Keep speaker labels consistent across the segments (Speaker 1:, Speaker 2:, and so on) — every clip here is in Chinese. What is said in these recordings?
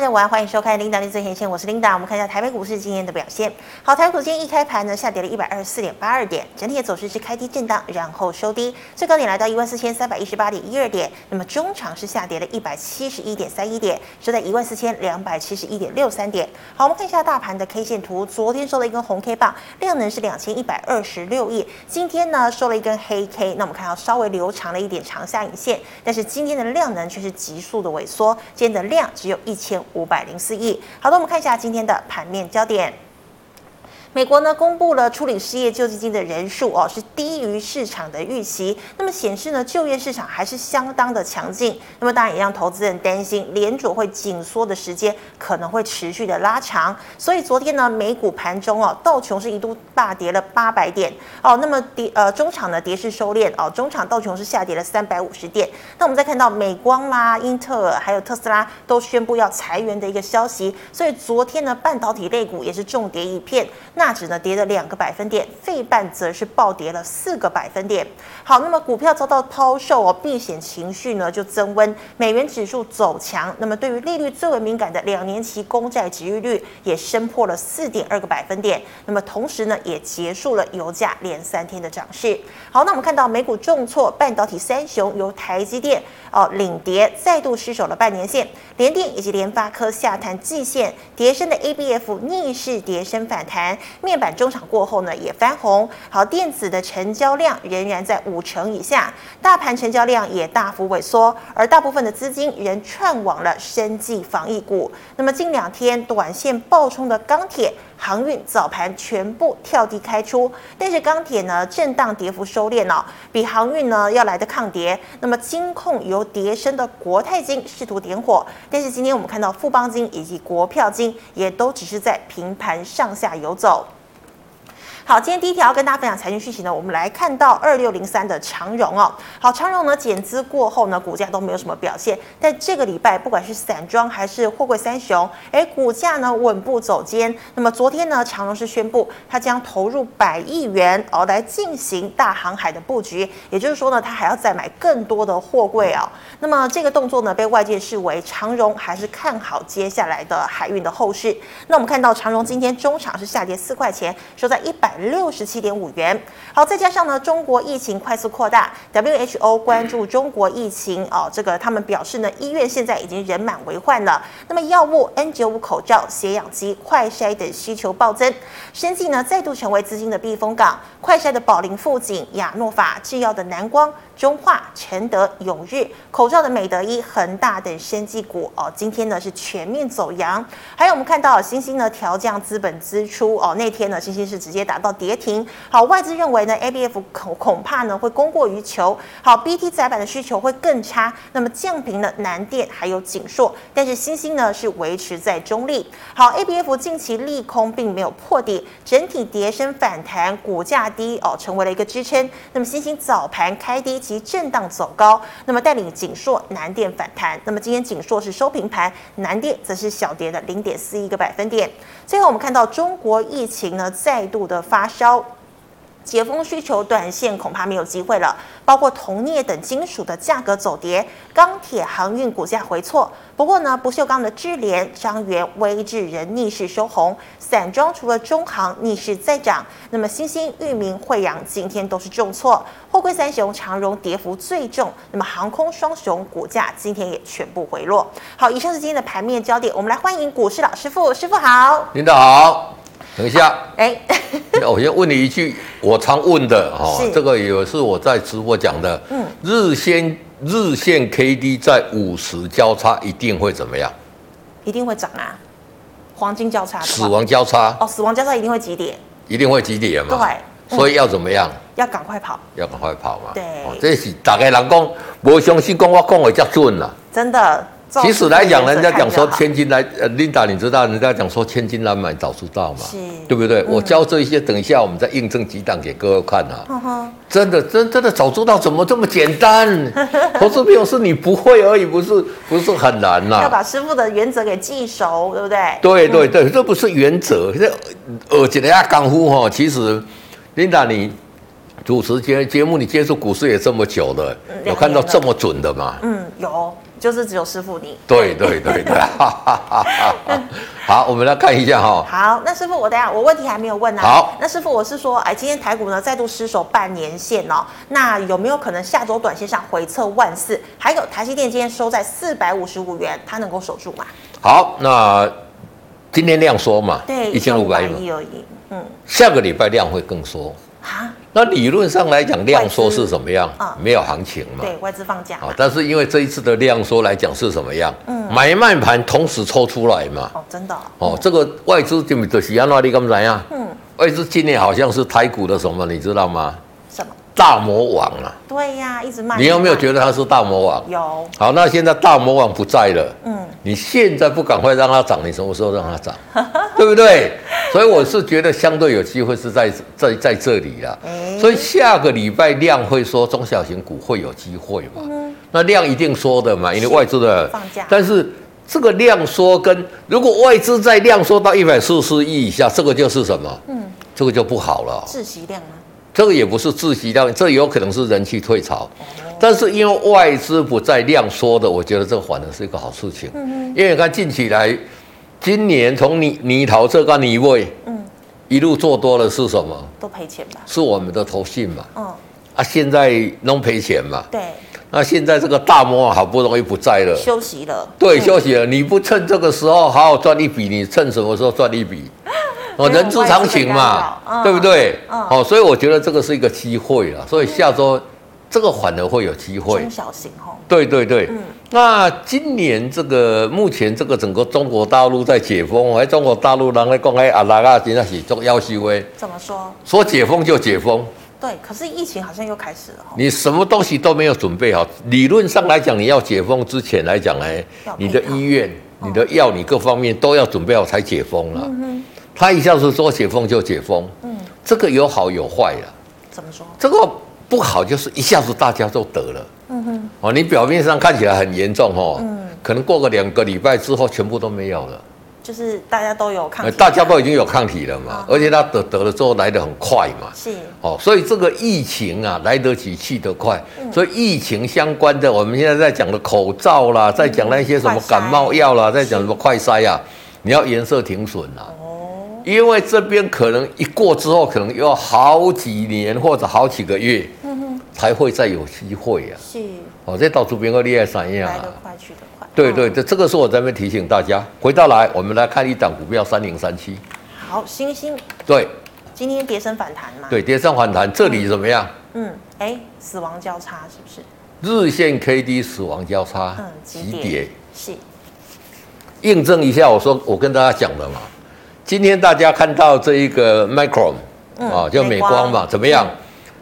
Speaker 1: 的午安，欢迎收看《琳达的最前线》，我是琳达。我们看一下台北股市今天的表现。好，台北股今天一开盘呢，下跌了一百二十四点八二点，整体的走势是开低震荡，然后收低，最高点来到一万四千三百一十八点一二点。那么中场是下跌了一百七十一点三一点，收在一万四千两百七十一点六三点。好，我们看一下大盘的 K 线图，昨天收了一根红 K 棒，量能是两千一百二十六亿，今天呢收了一根黑 K，那我们看到稍微留长了一点长下影线，但是今天的量能却是急速的萎缩，今天的量只有一千五百零四亿。好的，我们看一下今天的盘面焦点。美国呢公布了处理失业救济金的人数哦，是低于市场的预期，那么显示呢就业市场还是相当的强劲。那么当然也让投资人担心，联储会紧缩的时间可能会持续的拉长。所以昨天呢美股盘中哦，道琼是一度大跌了八百点哦，那么跌呃中场呢跌势收敛哦，中场道琼是下跌了三百五十点。那我们再看到美光啦、英特尔还有特斯拉都宣布要裁员的一个消息，所以昨天呢半导体类股也是重跌一片。纳指呢跌了两个百分点，费半则是暴跌了四个百分点。好，那么股票遭到抛售哦，避险情绪呢就增温，美元指数走强。那么对于利率最为敏感的两年期公债值利率也升破了四点二个百分点。那么同时呢，也结束了油价连三天的涨势。好，那我们看到美股重挫，半导体三雄由台积电哦领跌，再度失守了半年线，联电以及联发科下探季线，跌升的 ABF 逆势跌升反弹。面板中场过后呢，也翻红。好，电子的成交量仍然在五成以下，大盘成交量也大幅萎缩，而大部分的资金仍串往了生技防疫股。那么近两天短线爆冲的钢铁、航运早盘全部跳地开出，但是钢铁呢震荡跌幅收敛哦，比航运呢要来的抗跌。那么金控由跌升的国泰金试图点火，但是今天我们看到富邦金以及国票金也都只是在平盘上下游走。好，今天第一条跟大家分享财经讯息呢，我们来看到二六零三的长荣哦。好，长荣呢减资过后呢，股价都没有什么表现，但这个礼拜不管是散装还是货柜三雄，哎，股价呢稳步走坚。那么昨天呢，长荣是宣布它将投入百亿元哦来进行大航海的布局，也就是说呢，它还要再买更多的货柜哦。那么这个动作呢，被外界视为长荣还是看好接下来的海运的后市。那我们看到长荣今天中场是下跌四块钱，收在一百。六十七点五元。好，再加上呢，中国疫情快速扩大，WHO 关注中国疫情哦，这个他们表示呢，医院现在已经人满为患了。那么药物、N95 口罩、血氧机、快筛等需求暴增，生技呢再度成为资金的避风港。快筛的宝林、富锦、亚诺法、制药的南光、中化、承德、永日，口罩的美德一、恒大等生技股哦，今天呢是全面走阳。还有我们看到星星呢调降资本支出哦，那天呢星星是直接打到。跌停，好，外资认为呢，A B F 恐恐怕呢会供过于求，好，B T 载板的需求会更差，那么降平了南电还有景硕，但是新兴呢是维持在中立，好，A B F 近期利空并没有破底，整体跌升反弹，股价低哦成为了一个支撑，那么新兴早盘开低及震荡走高，那么带领景硕南电反弹，那么今天景硕是收平盘，南电则是小跌的零点四一个百分点，最后我们看到中国疫情呢再度的发。发烧。解封需求短线恐怕没有机会了，包括铜镍等金属的价格走跌，钢铁、航运股价回挫。不过呢，不锈钢的智联、张元、威智仍逆势收红，散装除了中航逆势再涨，那么新兴、裕民、惠阳今天都是重挫，货柜三雄、长荣跌幅最重，那么航空双雄股价今天也全部回落。好，以上是今天的盘面焦点，我们来欢迎股市老师傅，师傅好，
Speaker 2: 领导好，等一下。
Speaker 1: 哎、
Speaker 2: 那我先问你一句，我常问的哈、
Speaker 1: 是
Speaker 2: 这个也是我在直播讲的。
Speaker 1: 嗯
Speaker 2: 日线日线 K D 在五十交叉一定会怎么样？
Speaker 1: 啊一定会涨啊！黄金交叉的话
Speaker 2: 死亡交叉
Speaker 1: 哦，死亡交叉一定会几点？
Speaker 2: 一定会几点嘛？
Speaker 1: 对
Speaker 2: 所以要怎么样？
Speaker 1: 要赶快跑，
Speaker 2: 要赶快跑嘛。哦
Speaker 1: 对
Speaker 2: 这是大概人讲，我相信讲我讲的较准啦。
Speaker 1: 真的。照
Speaker 2: 其实来讲，
Speaker 1: 原则
Speaker 2: 人家讲
Speaker 1: 看
Speaker 2: 说
Speaker 1: 就好
Speaker 2: 千金来，呃，Linda，你知道人家讲说千金难买早知道嘛
Speaker 1: 是，嗯
Speaker 2: 对不对？我教这一些，等一下我们再印证几档给各位看 啊。
Speaker 1: 哼哼，
Speaker 2: 真的，真真的早知道怎么这么简 单？投资朋友是你不会而已，不是不是很难呐、
Speaker 1: 要把嗯师傅的原则给记熟，对不对？
Speaker 2: 啊对对对，这不是原则。这呃，几下港夫哈，其实琳达你主持节节目，你接触股市也这么久了，
Speaker 1: 嗯两
Speaker 2: 有看到
Speaker 1: 年了
Speaker 2: 这么准的吗？
Speaker 1: 嗯，有就是只有师傅你。
Speaker 2: 对对对 对，哈哈哈哈哈好，我们来看一下哈、
Speaker 1: 好，那师傅，我等一下我问题还没有问呢、啊
Speaker 2: 好
Speaker 1: 那师傅，我是说，哎，今天台股呢再度失守半年线哦，那有没有可能下周短线上回测万四？还有台积电今天收在四百五十五元，它能够守住吗？
Speaker 2: 好，那今天量缩嘛，
Speaker 1: 对，
Speaker 2: 一千五百亿嘛，
Speaker 1: 亿而已。嗯，
Speaker 2: 下个礼拜量会更缩。
Speaker 1: 啊，
Speaker 2: 那理论上来讲，量缩
Speaker 1: 外资
Speaker 2: 是怎么样？
Speaker 1: 嗯
Speaker 2: 没有行情嘛。
Speaker 1: 对，外资放假
Speaker 2: 啊
Speaker 1: 嘛，，
Speaker 2: 但是因为这一次的量缩来讲是什么样？买卖盘同时抽出来嘛。
Speaker 1: 哦，真的哦，
Speaker 2: 哦，这个外资就就是安那里干嘛呀？
Speaker 1: 嗯，
Speaker 2: 啊外资今年好像是台股的什么，你知道吗？
Speaker 1: 什么？
Speaker 2: 大魔王啊！
Speaker 1: 对呀，一直卖。
Speaker 2: 你有没有觉
Speaker 1: 得？
Speaker 2: 得他是大魔王？
Speaker 1: 有，
Speaker 2: 好，那现在大魔王不在了，
Speaker 1: 嗯，
Speaker 2: 你现在不赶快让它涨，你什么时候让它 涨？对不对？所以我是觉得相对有机会是在在在这里啦。
Speaker 1: 哎
Speaker 2: 所以下个礼拜量会说中小型股会有机会嘛？那量一定说的嘛，因为
Speaker 1: 嗯是
Speaker 2: 外资的
Speaker 1: 放假
Speaker 2: 但是这个量缩跟如果外资在量缩到一百四十亿以下，这个就是什么？
Speaker 1: 嗯，
Speaker 2: 这个就不好了。
Speaker 1: 窒息量吗？
Speaker 2: 这个也不是窒息量，这有可能是人气退潮。但是因为外资不再量缩的，我觉得这反而是一个好事情。因为你看近期来，今年从泥泥陶这个泥位，
Speaker 1: 嗯
Speaker 2: 一路做多的是什么？
Speaker 1: 都赔钱吧？
Speaker 2: 是我们的投信嘛？
Speaker 1: 嗯，
Speaker 2: 啊，现在弄赔钱嘛？
Speaker 1: 对，
Speaker 2: 那现在这个大魔王好不容易不在了，
Speaker 1: 休息了。
Speaker 2: 对，
Speaker 1: 嗯
Speaker 2: 休息了。你不趁这个时候好好赚一笔，你趁什么时候赚 一笔？哦，
Speaker 1: 没有
Speaker 2: 人之常情嘛，
Speaker 1: 外资的干扰嗯
Speaker 2: 对不对？
Speaker 1: 嗯
Speaker 2: 哦，所以我觉得这个是一个机会了，所以下周这个反而会有机会
Speaker 1: 中。小型哦，
Speaker 2: 对对对，
Speaker 1: 嗯
Speaker 2: 那今年这个目前这个整个中国大陆在解封，哎，中国大陆人在讲哎阿拉啊，真的是中要修哎，
Speaker 1: 怎么说？
Speaker 2: 说解封就解封，
Speaker 1: 对，可是疫情好像又开始了哦。
Speaker 2: 你什么东西都没有准备好。理论上来讲，你要解封之前来讲，哎
Speaker 1: 要，
Speaker 2: 你的
Speaker 1: 配套
Speaker 2: 医院、你的药、你各方面都要准备好才解封了。
Speaker 1: 嗯
Speaker 2: 他一下子说解封就解封，
Speaker 1: 哼，嗯，
Speaker 2: 这个有好有坏了。
Speaker 1: 怎么说？
Speaker 2: 这个不好就是一下子大家都得了
Speaker 1: 嗯哼，
Speaker 2: 哦，你表面上看起来很严重哦，
Speaker 1: 嗯
Speaker 2: 可能过个两个礼拜之后全部都没有了，
Speaker 1: 就是大家都有抗
Speaker 2: 呃
Speaker 1: 体，
Speaker 2: 大家都已经有抗体了嘛
Speaker 1: 啊，
Speaker 2: 而且他得得了之后来得很快嘛。
Speaker 1: 是
Speaker 2: 哦，所以这个疫情啊，来得及去得快，
Speaker 1: 嗯
Speaker 2: 所以疫情相关的，我们现在在讲的口罩啦，在讲那些什
Speaker 1: 嗯
Speaker 2: 么
Speaker 1: 快筛
Speaker 2: 感冒药啦，在讲什么快筛啊，你要颜色停损啊，
Speaker 1: 哦，
Speaker 2: 因为这边可能一过之后，可能要好几年或者好几个月
Speaker 1: 嗯哼，
Speaker 2: 才会再有机会啊。
Speaker 1: 是
Speaker 2: 哦，这到处边个厉害产业
Speaker 1: 来
Speaker 2: 啊
Speaker 1: 得。快去得快。
Speaker 2: 对对，
Speaker 1: 嗯
Speaker 2: 这这个是我在那边提醒大家。回到来，我们来看一档股票三零三七，
Speaker 1: 好，星星
Speaker 2: 对
Speaker 1: 今天跌升反弹嘛？，
Speaker 2: 对，跌升反弹，这里怎么样？
Speaker 1: 嗯，哎，死亡交叉是不是？
Speaker 2: 日线 K D 死亡交叉，
Speaker 1: 嗯，急
Speaker 2: 啊急
Speaker 1: 跌
Speaker 2: 跌，
Speaker 1: 是，
Speaker 2: 印证一下我说我跟大家讲的嘛。今天大家看到这一个 Micron
Speaker 1: 嗯
Speaker 2: 啊，就美光嗯嘛，怎么样？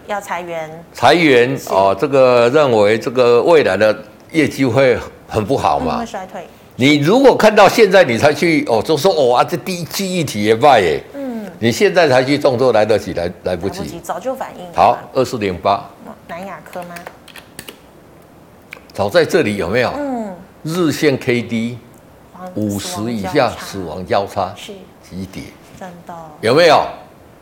Speaker 1: 要裁员，
Speaker 2: 裁员
Speaker 1: 是
Speaker 2: 哦，这个认为这个未来的业绩会很不好
Speaker 1: 嗯
Speaker 2: 嘛
Speaker 1: 会。衰退，
Speaker 2: 你如果看到现在你才去哦，就说哦啊，这第一季一体也败耶，
Speaker 1: 嗯，
Speaker 2: 你现在才去动作来得及，来来不
Speaker 1: 来不及，
Speaker 2: 及。
Speaker 1: 早就反应了
Speaker 2: 好
Speaker 1: 嘛，
Speaker 2: 二四零八，
Speaker 1: 嗯南亚科吗？
Speaker 2: 早在这里有没有
Speaker 1: 嗯，
Speaker 2: 日线 K D
Speaker 1: 黄
Speaker 2: 五
Speaker 1: 死
Speaker 2: 十
Speaker 1: 亡
Speaker 2: 以
Speaker 1: 交
Speaker 2: 下
Speaker 1: 叉
Speaker 2: 死亡交叉
Speaker 1: 是
Speaker 2: 急跌，
Speaker 1: 真的哦，
Speaker 2: 有没有？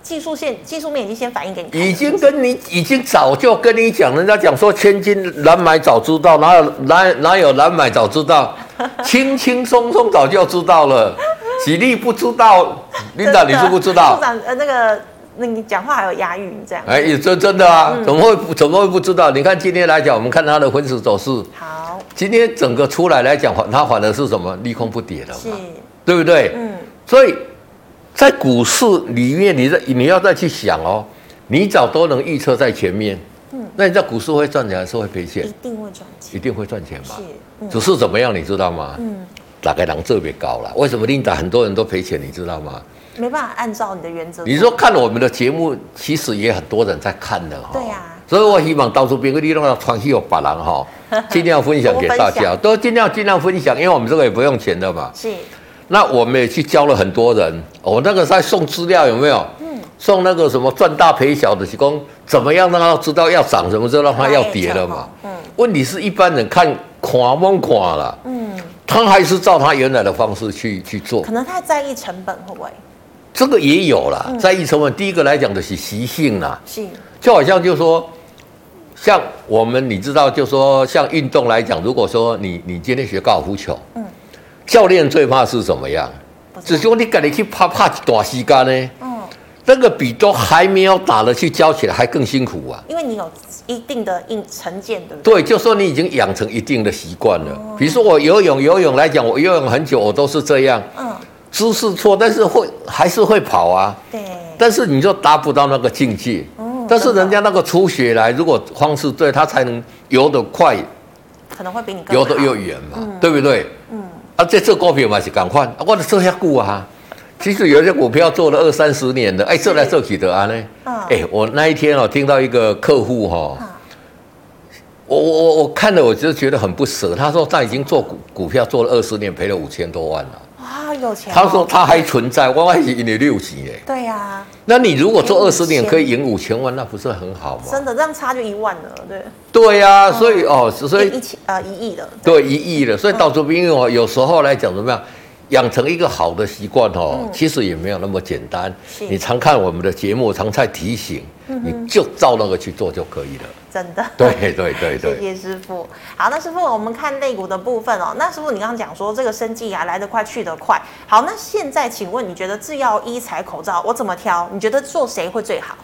Speaker 1: 技术线技术面已经先反应给你看了，
Speaker 2: 已经跟你已经早就跟你讲，人家讲说千金难买早知道，哪有哪哪有难买早知道，轻轻松松早就知道了。喜力不知道，琳达
Speaker 1: 真
Speaker 2: 你
Speaker 1: 的
Speaker 2: 是不知
Speaker 1: 处
Speaker 2: 道，
Speaker 1: 长呃那个那你讲话还有押韵这样，
Speaker 2: 哎，也真真的啊，怎么会不怎么会不知道？你看今天来讲，我们看它的分时走势，
Speaker 1: 好
Speaker 2: 今天整个出来来讲，反它反而是什么利空不跌了
Speaker 1: 是
Speaker 2: 嘛，对不对？
Speaker 1: 嗯
Speaker 2: 所以在股市里面，你在你要再去想哦，你早都能预测在前面，
Speaker 1: 嗯
Speaker 2: 那你在股市会赚钱还是会赔钱
Speaker 1: 一？定会赚钱
Speaker 2: 一定会赚钱嘛
Speaker 1: 是，嗯
Speaker 2: 只是怎么样，你知道吗？
Speaker 1: 嗯
Speaker 2: 大概狼这边高了，为什么 Linda 很多人都赔钱，你知道吗？
Speaker 1: 没办法按照你的原则
Speaker 2: 你说看我们的节目，其实也很多人在看的哈。
Speaker 1: 对啊
Speaker 2: 所以我希望到处边个利用传去有把人哈，尽量分享给 大
Speaker 1: 多分
Speaker 2: 家，都尽量尽量分享，因为我们这个也不用钱的嘛。
Speaker 1: 是
Speaker 2: 那我们也去教了很多人，我、那个在送资料有没有？
Speaker 1: 嗯
Speaker 2: 送那个什么赚大赔小的，提供怎么样让他知道要涨，什么时候让他要跌了嘛？
Speaker 1: 嗯
Speaker 2: 问题是一般人看看蒙看了，
Speaker 1: 嗯，
Speaker 2: 他还是照他原来的方式去去做
Speaker 1: 可，能太在意成本会不会
Speaker 2: 这个
Speaker 1: 嗯
Speaker 2: 也有啦。在议成本，第一个来讲的是习性啦，
Speaker 1: 是
Speaker 2: 就好像就说像我们你知道，就说像运动来讲，如果说你你今天学高尔夫球，
Speaker 1: 嗯
Speaker 2: 教练最怕是怎么样？
Speaker 1: 不知
Speaker 2: 只
Speaker 1: 道
Speaker 2: 是说你赶紧去啪啪一段时间呢，
Speaker 1: 嗯，
Speaker 2: 那个比都还没有打的去教起来还更辛苦啊。
Speaker 1: 因为你有一定的硬成见，对不对？
Speaker 2: 对，就说你已经养成一定的习惯
Speaker 1: 哦
Speaker 2: 了。比如说我游泳，游泳来讲，我游泳很久，我都是这样，
Speaker 1: 嗯，
Speaker 2: 姿势错，但是会还是会跑啊。
Speaker 1: 对，
Speaker 2: 但是你就达不到那个境界。
Speaker 1: 嗯
Speaker 2: 但是
Speaker 1: 真的
Speaker 2: 人家那个出血来，如果方式对，他才能游得快，
Speaker 1: 可能会比你更
Speaker 2: 游得
Speaker 1: 好
Speaker 2: 又远嘛，对不对？嗯。啊，这做股票嘛是赶快，啊我得做下股啊。其实有些股票做了二三十年的，哎，做来做去的啊呢。
Speaker 1: 嗯
Speaker 2: 哎，我那一天哦，听到一个客户哈、哦
Speaker 1: 嗯，
Speaker 2: 我我我我看了，我就觉得很不舍。他说他已经做股股票做了二十年，赔了五千多万了。
Speaker 1: 哇，有钱哦、
Speaker 2: 他说他还存在，我还赢你六级哎。
Speaker 1: 对呀、
Speaker 2: 那你如果做二十年
Speaker 1: 5000
Speaker 2: 可以赢五千万，那不是很好吗？
Speaker 1: 真的这样差就一万了，对，
Speaker 2: 对呀、所以哦，所以
Speaker 1: 一一千呃一亿了，
Speaker 2: 对一亿了，所以导致兵哦，有时候来讲怎么样，养成一个好的习惯哦，其实也没有那么简单
Speaker 1: 是。
Speaker 2: 你常看我们的节目，常在提醒，你就照那个去做就可以了。
Speaker 1: 真的。
Speaker 2: 对对对
Speaker 1: 谢
Speaker 2: 对，
Speaker 1: 谢师傅。好，那师傅，我们看肋骨的部分哦。那师傅，你刚刚讲说这个生计啊，来得快，去得快。好，那现在请问，你觉得制药、医材、口罩，我怎么挑？你觉得做谁会最好？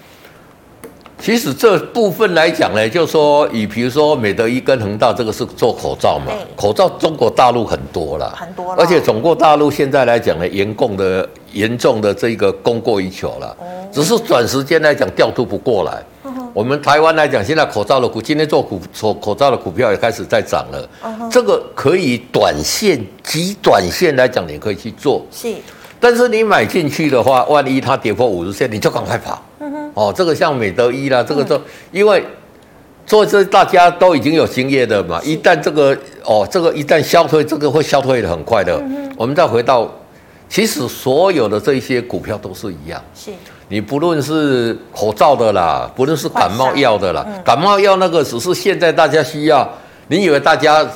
Speaker 2: 其实这部分来讲呢，就说以比如说美德一跟恒大这个是做口罩嘛
Speaker 1: 对，
Speaker 2: 口罩中国大陆很多啦，
Speaker 1: 很多啦
Speaker 2: 而且中国大陆现在来讲呢，严控的严重的这个供过于求了，
Speaker 1: 哦
Speaker 2: 只是短时间来讲调度不过来。
Speaker 1: 嗯
Speaker 2: 我们台湾来讲，现在口罩的股，今天做股口口罩的股票也开始在涨了。
Speaker 1: 嗯
Speaker 2: 这个可以短线、极短线来讲，你可以去做。
Speaker 1: 是，
Speaker 2: 但是你买进去的话，万一它跌破五十线，你就赶快跑。哦，这个像美德一啦，这个就、因为做这大家都已经有经验的嘛，一旦这个哦，这个一旦消退，这个会消退的很快的。我们再回到，其实所有的这一些股票都是一样。
Speaker 1: 是，
Speaker 2: 你不论是口罩的啦，不论是感冒药的啦，感冒药那个只是现在大家需要，你以为大家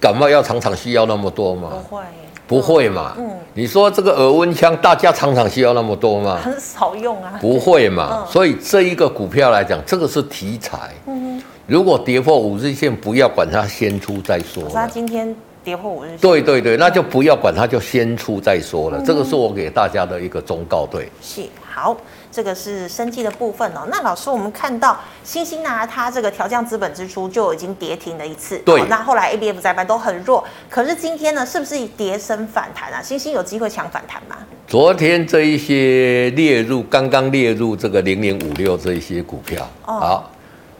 Speaker 2: 感冒药常常需要那么多吗？
Speaker 1: 不会，
Speaker 2: 不会嘛？
Speaker 1: 嗯
Speaker 2: 你说这个耳温枪，大家常常需要那么多吗？
Speaker 1: 很少用啊。
Speaker 2: 不会嘛。
Speaker 1: 嗯
Speaker 2: 所以这一个股票来讲，这个是题材。
Speaker 1: 嗯
Speaker 2: 如果跌破五日线，不要管它，先出再说
Speaker 1: 可是他
Speaker 2: 了。
Speaker 1: 今天跌破五日线，
Speaker 2: 对对对，那就不要管它，就先出再说了。这个是我给大家的一个忠告，对。
Speaker 1: 是好，这个是生计的部分哦。那老师，我们看到星星拿它这个调降资本支出就已经跌停了一次，
Speaker 2: 对
Speaker 1: 好那后来 ABF 在班都很弱，可是今天呢，是不是跌升反弹啊？星星有机会抢反弹吗？
Speaker 2: 昨天这一些列入刚刚列入这个零零五六这一些股票，
Speaker 1: 哦
Speaker 2: 好，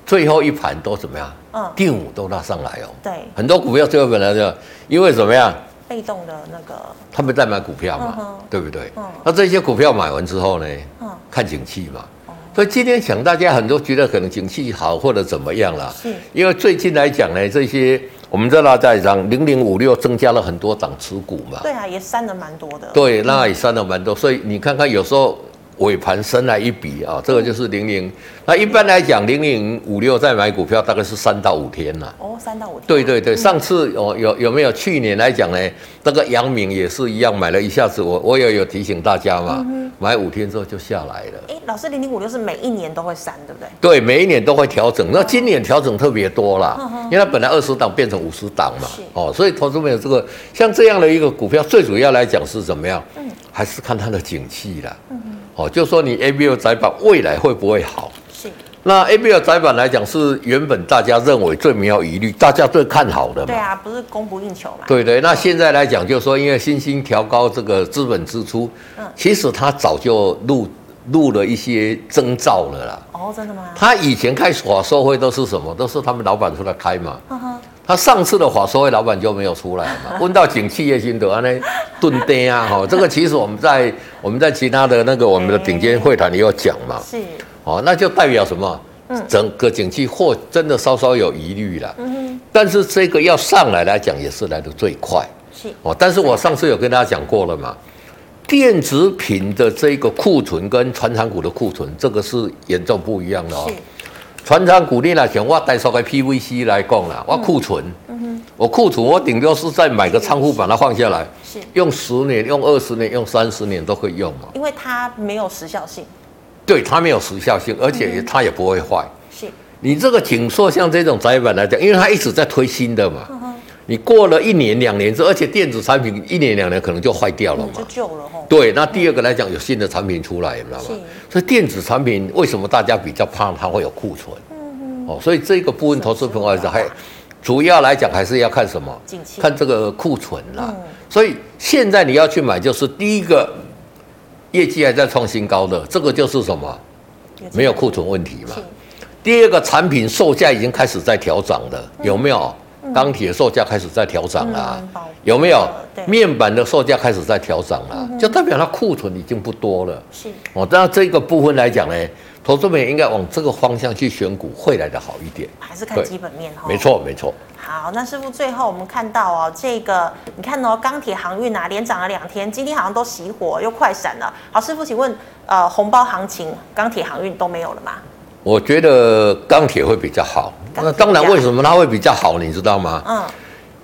Speaker 2: 最后一盘都怎么样？
Speaker 1: 嗯
Speaker 2: 第五都拉上来哦。
Speaker 1: 对，
Speaker 2: 很多股票最后本来就因为怎么样？
Speaker 1: 被动的那个，
Speaker 2: 他们在买股票嘛，
Speaker 1: 嗯哼
Speaker 2: 对不对？
Speaker 1: 嗯
Speaker 2: 那这些股票买完之后呢，
Speaker 1: 嗯，哦
Speaker 2: 看景气嘛。所以今天想大家很多觉得可能景气好或者怎么样啦，
Speaker 1: 是
Speaker 2: 因为最近来讲呢，这些我们知道在涨零零五六增加了很多档持股嘛，
Speaker 1: 对啊，也删了蛮多的，，
Speaker 2: 对，那也删了蛮多，所以你看看有时候尾盘升来一笔啊，这个就是零零。那一般来讲，零零五六在买股票大概是三到五天啦。
Speaker 1: 哦，三到五天，
Speaker 2: 对对对，上次哦有有没有去年来讲呢？那个杨明也是一样，买了一下子，我我也有提醒大家嘛，买五天之后就下来了。
Speaker 1: 哎，老师零零五六是每一年都会删，对不对？
Speaker 2: 对，每一年都会调整，那今年调整特别多啦，因为它本来二十档变成五十档嘛
Speaker 1: 是，
Speaker 2: 哦，所以投资朋友这个像这样的一个股票，最主要来讲是怎么样？还是看它的景气啦。哦，就说你 A B O 窄板未来会不会好？
Speaker 1: 是，
Speaker 2: 那 A B O 窄板来讲是原本大家认为最没有疑虑，大家最看好的嘛
Speaker 1: 对。啊，不是供不应求嘛，
Speaker 2: 对对，那现在来讲，就是说因为新兴调高这个资本支出，其实它早就录录了一些征兆了啦。
Speaker 1: 哦，真的吗？
Speaker 2: 他以前开法说会都是什么？都是他们老板出来开嘛。
Speaker 1: 呵呵，
Speaker 2: 他上次的法说会老板就没有出来嘛。问到景气业心得啊，那顿跌啊，哈，这个其实我们在我们在其他的那个我们的顶尖会谈也有讲嘛。
Speaker 1: 是，
Speaker 2: 哦，那就代表什么？整个景气或真的稍稍有疑虑了。
Speaker 1: 嗯
Speaker 2: 但是这个要上来来讲，也是来的最快。
Speaker 1: 哼，是，
Speaker 2: 哦，但是我上次有跟大家讲过了嘛，电子品的这个库存跟传产股的库存，这个是严重不一样的哦
Speaker 1: 是。，
Speaker 2: 传产股你来讲，我带说个 PVC 来讲啦，我库存，我库存，我顶多是再买个仓库把它放下来，
Speaker 1: 是
Speaker 2: 用十年、用二十年、用三十年都可以用嘛。
Speaker 1: 因为它没有时效性，
Speaker 2: 对，它没有时效性，而且它也不会坏。
Speaker 1: 是，
Speaker 2: 你这个紧缩像这种窄板来讲，因为它一直在推新的嘛，你过了一年两年之后，而且电子产品一年两年可能就坏掉了
Speaker 1: 嗯
Speaker 2: 嘛
Speaker 1: 就。旧了吼。
Speaker 2: 对，那第二个来讲，有新的产品出来，你知道吗？所以电子产品为什么大家比较怕它会有库存？
Speaker 1: 嗯
Speaker 2: 哦，所以这个部分投资朋友
Speaker 1: 啊
Speaker 2: 还主要来讲还是要看什么
Speaker 1: 景气？
Speaker 2: 看这个库存啦。
Speaker 1: 嗯
Speaker 2: 所以现在你要去买，就是第一个业绩还在创新高的，这个就是什么？没有库存问题嘛
Speaker 1: 嗯是。
Speaker 2: 第二个产品售价已经开始在调涨了，有没有？钢铁售价开始在调涨啦
Speaker 1: 嗯好，
Speaker 2: 啊有没有
Speaker 1: 对？嗯
Speaker 2: 面板的售价开始在调涨啦，就代表它库存已经不多了。
Speaker 1: 是
Speaker 2: 哦，那这个部分来讲呢，投资者也应该往这个方向去选股，会来的好一点。
Speaker 1: 还是看
Speaker 2: 对
Speaker 1: 基本面哈。
Speaker 2: 没。错，没错。
Speaker 1: 好，那师傅最后我们看到哦，这个你看哦，钢铁航运啊，连涨了两天，今天好像都熄火又快闪了。好，师傅，请问呃，红包行情，钢铁航运都没有了吗？
Speaker 2: 我觉得钢铁会比较好。
Speaker 1: 钢铁
Speaker 2: 那当然
Speaker 1: 比，较好
Speaker 2: 为什么它会比较好？你知道吗？
Speaker 1: 嗯，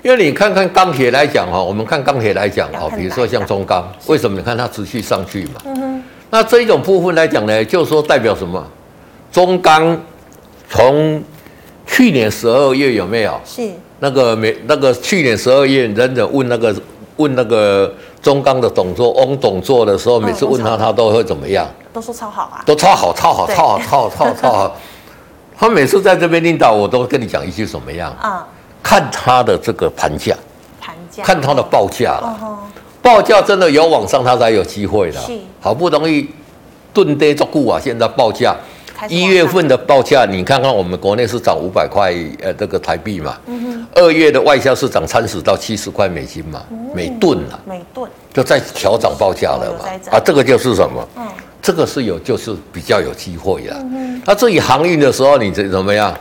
Speaker 2: 因为你看看钢铁来讲哦哈，我们看钢铁来讲
Speaker 1: 要
Speaker 2: 哈，
Speaker 1: 看
Speaker 2: 比如说像中钢，为什么你看它持续上去嘛？
Speaker 1: 嗯
Speaker 2: 那这一种部分来讲呢，就是说代表什么？中钢从去年十二月有没有
Speaker 1: 是
Speaker 2: 那个美那个去年十二月，忍者问那个问那个中钢的董座翁董座的时候，
Speaker 1: 嗯
Speaker 2: 每次问他，
Speaker 1: 翁总
Speaker 2: 他都会怎么样？
Speaker 1: 都说超好啊。
Speaker 2: 都超好，超好，
Speaker 1: 对
Speaker 2: 超好，超好，超好，超好。他每次在这边领导，我都跟你讲一句怎么样？
Speaker 1: 嗯，
Speaker 2: 看他的这个盘价，
Speaker 1: 盘价。
Speaker 2: 看他的报价了。
Speaker 1: 哦，
Speaker 2: 报价真的有往上，它才有机会啦
Speaker 1: 是。
Speaker 2: 好不容易钝跌做固啊，现在报价
Speaker 1: 开始往
Speaker 2: 一
Speaker 1: 上
Speaker 2: 月份的报价，你看看我们国内是涨五百块呃这个台币嘛，
Speaker 1: 嗯
Speaker 2: 二、月的外销是涨三十到七十块美金
Speaker 1: 哦
Speaker 2: 嘛，每吨啊，
Speaker 1: 美盾
Speaker 2: 就在调涨报价了
Speaker 1: 哦有
Speaker 2: 嘛
Speaker 1: 在。涨
Speaker 2: 啊，这个就是什么？
Speaker 1: 嗯
Speaker 2: 这个是有就是比较有机会啦。那至于航运的时候，你怎怎么样？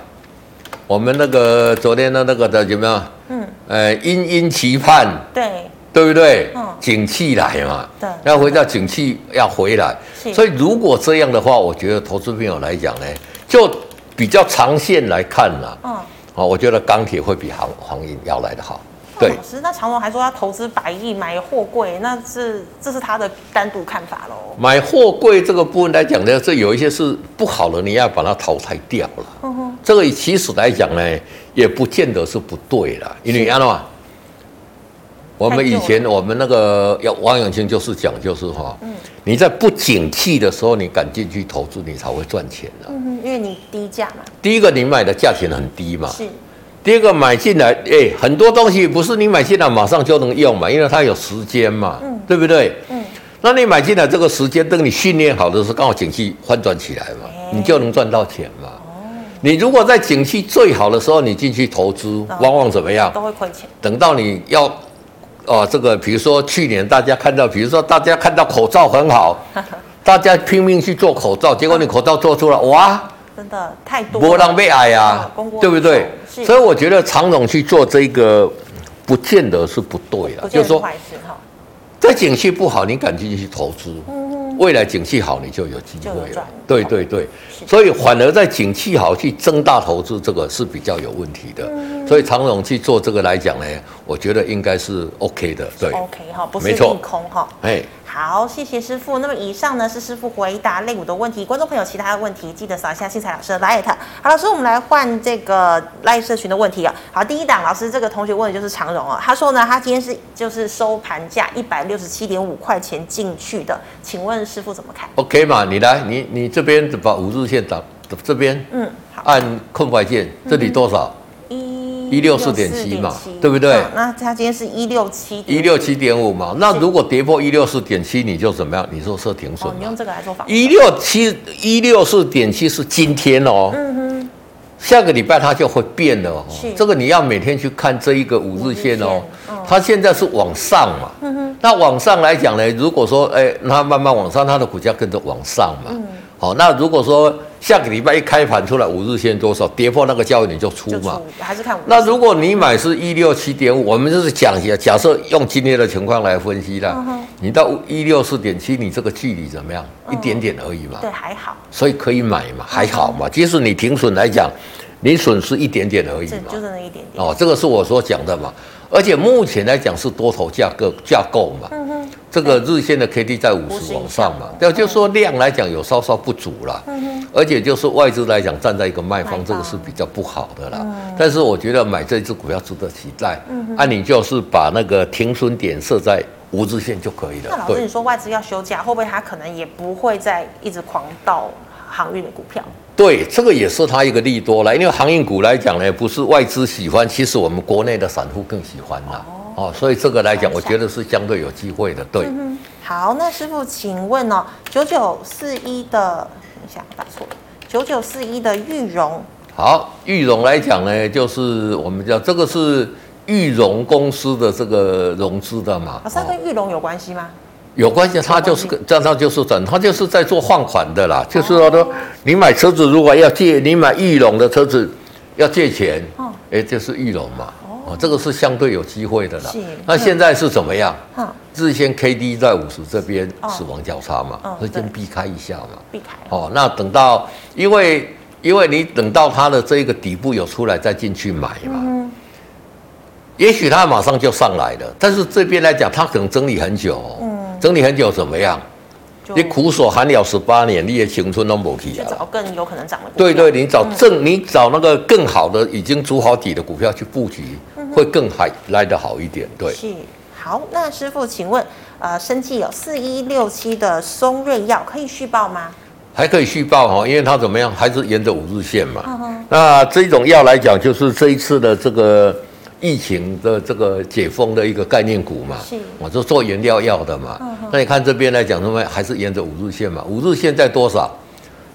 Speaker 2: 我们那个昨天的那个的怎么样？
Speaker 1: 嗯，
Speaker 2: 呃，殷殷期盼。
Speaker 1: 对，
Speaker 2: 对不对？
Speaker 1: 嗯
Speaker 2: 景气来嘛，
Speaker 1: 对
Speaker 2: 要回到景气要回来
Speaker 1: 是，
Speaker 2: 所以如果这样的话，我觉得投资朋友来讲呢，就比较长线来看啦，
Speaker 1: 嗯。
Speaker 2: 啊，我觉得钢铁会比航航运要来的好，对
Speaker 1: 老，师，那常龙还说要投资百亿买货柜，那是这是他的单独看法喽。
Speaker 2: 买货柜这个部分来讲呢，这有一些是不好的，你要把它淘汰掉了。这个其实来讲呢，也不见得是不对啦，因为安嘛，我们以
Speaker 1: 太
Speaker 2: 前
Speaker 1: 旧
Speaker 2: 我们那个要王永庆就是讲就是哈、你在不景气的时候，你敢进去投资，你才会赚钱的、
Speaker 1: 嗯哼，因为你低价嘛，
Speaker 2: 第一个，你买的价钱很低嘛；
Speaker 1: 是
Speaker 2: 第二个，买进来，哎，很多东西不是你买进来马上就能用嘛，因为它有时间嘛，对不对？
Speaker 1: 嗯，
Speaker 2: 那你买进来这个时间，等你训练好的时候，刚好景气翻转起来嘛，
Speaker 1: 哎
Speaker 2: 你就能赚到钱嘛。
Speaker 1: 哦
Speaker 2: 你如果在景气最好的时候你进去投资，往往怎么样？
Speaker 1: 都会亏钱。
Speaker 2: 等到你要，哦、这个比如说去年大家看到，比如说大家看到口罩很 好，大家拼命去做口罩，结果你口罩做出来，哇，
Speaker 1: 真的太多了，
Speaker 2: 波浪被矮呀
Speaker 1: 啊供过，于
Speaker 2: 对不对？
Speaker 1: 求是
Speaker 2: 所以我觉得常总去做这个，不见得是不对
Speaker 1: 不
Speaker 2: 啊，
Speaker 1: 见
Speaker 2: 就
Speaker 1: 得
Speaker 2: 是
Speaker 1: 是
Speaker 2: 说
Speaker 1: 坏事哈。
Speaker 2: 在景气不好，你敢进去投资，未来景气好，你就有机
Speaker 1: 嗯就有
Speaker 2: 会
Speaker 1: 赚
Speaker 2: 了。对对对，
Speaker 1: 是
Speaker 2: 所以反而在景气好去增大投资，这个是比较有问题的。
Speaker 1: 嗯
Speaker 2: 所以常总去做这个来讲呢，我觉得应该是 OK 的。对，
Speaker 1: OK 哈，不是
Speaker 2: 没错
Speaker 1: 利空哈。
Speaker 2: 哎，
Speaker 1: 好，谢谢师傅。那么以上呢是师傅回答类股的问题，观众朋友其他的问题记得扫一下新彩老师的 light。好，老师，我们来换这个 light 社群的问题啊。好，第一档老师这个同学问的就是长荣啊，他说呢，他今天是就是收盘价一百六十七点五块钱进去的，请问师傅怎么看？
Speaker 2: OK 嘛，你来，你你这边把五日线打这边
Speaker 1: 嗯，好，
Speaker 2: 按空白线，这里多少？
Speaker 1: 一
Speaker 2: 164.7嘛对不对
Speaker 1: 嗯那他今天是一六七
Speaker 2: 一六七点五嘛，那如果跌破一六四点七，你就怎么样？你说设停损
Speaker 1: 哦，你
Speaker 2: 嘛
Speaker 1: 用？这个来做防守
Speaker 2: 一六七一六四点七是今天哦，下个礼拜它就会变了哦
Speaker 1: 嗯是。
Speaker 2: 这个你要每天去看这一个五日线哦
Speaker 1: 五日线嗯，
Speaker 2: 它现在是往上嘛，那往上来讲呢，如果说哎它慢慢往上，它的股价跟着往上嘛，
Speaker 1: 嗯
Speaker 2: 好，那如果说下个礼拜一开盘出来五日线多少，跌破那个价位你就出
Speaker 1: 就
Speaker 2: 嘛
Speaker 1: 出。，还是看我
Speaker 2: 那如果你买是一六七点五，我们就是讲一下，假设用今天的情况来分析啦，你到一六四点七，你这个距离怎么样？一点点而已嘛，
Speaker 1: 对还好，
Speaker 2: 所以可以买嘛，还好嘛。即使你停损来讲，你损失一点点而已
Speaker 1: 这就
Speaker 2: 嘛。
Speaker 1: 是那一点点。
Speaker 2: 嗯哦，这个是我所讲的嘛。而且目前来讲是多头架构架构嘛，这个日线的 K D 嗯在五
Speaker 1: 50
Speaker 2: 嗯十往上嘛，对，就是说量来讲有稍稍不足啦。而且就是外资来讲，站在一个嗯卖
Speaker 1: 卖
Speaker 2: 方，这个
Speaker 1: 方
Speaker 2: 是比较不好的啦。但是我觉得买这只股票值得期待。嗯，啊，你就是把那个停损点设在五日线就可以
Speaker 1: 那
Speaker 2: 了。
Speaker 1: 老师，
Speaker 2: 对
Speaker 1: 你说外资要休假，会不会他可能也不会再一直狂到航运的股票？
Speaker 2: 对，这个也是它一个利多啦。因为航运股来讲呢，不是外资喜欢，其实我们国内的散户更喜欢啦。哦，所以这个来讲，我觉得是相对有机会的。对，
Speaker 1: 嗯，好，那师傅，请问哦，九九四一的，等一下打错了，九九四一的玉荣，
Speaker 2: 好，玉荣来讲呢，就是我们叫这个是玉荣公司的这个融资的嘛，
Speaker 1: 老师，它跟玉荣有关系吗？
Speaker 2: 有关系，哦它就是个，这样就是整，它就是在做放款的啦，就是说呢，你买车子如果要借，你买玉龙的车子要借钱，
Speaker 1: 哦
Speaker 2: 哦，哎，就是玉龙嘛，哦，这个是相对有机会的啦
Speaker 1: 是。
Speaker 2: 那现在是怎么样？
Speaker 1: 哈，
Speaker 2: 日线 K D 在五十这边
Speaker 1: 哦
Speaker 2: 死亡交叉嘛，
Speaker 1: 嗯
Speaker 2: 所以先
Speaker 1: 对
Speaker 2: 避开一下嘛。
Speaker 1: 避开了。
Speaker 2: 哦，那等到，因为因为你等到它的这个底部有出来再进去买嘛，
Speaker 1: 嗯，
Speaker 2: 也许它马上就上来了，但是这边来讲，它可能整理很久、哦，
Speaker 1: 嗯
Speaker 2: 整理很久怎么样？
Speaker 1: 就
Speaker 2: 你苦守寒了十八年，你的青春都没去
Speaker 1: 去
Speaker 2: 啊！
Speaker 1: 找嗯更有可能涨的股票。
Speaker 2: 对对，你找正，你找那个更好的、已经筑好底的股票去布局，
Speaker 1: 嗯
Speaker 2: 会更还来得好一点。对，
Speaker 1: 是。好，那师傅，请问，呃，生计有四一六七的松瑞药可以续报吗？
Speaker 2: 还可以续报哈，因为它怎么样，还是沿着五日线嘛。
Speaker 1: 嗯哼，
Speaker 2: 那这种药来讲，就是这一次的这个疫情的这个解封的一个概念股嘛，
Speaker 1: 是嗯
Speaker 2: 我就做原料药的嘛。那你看这边来讲，他们还是沿着五日线嘛，五日线在多少？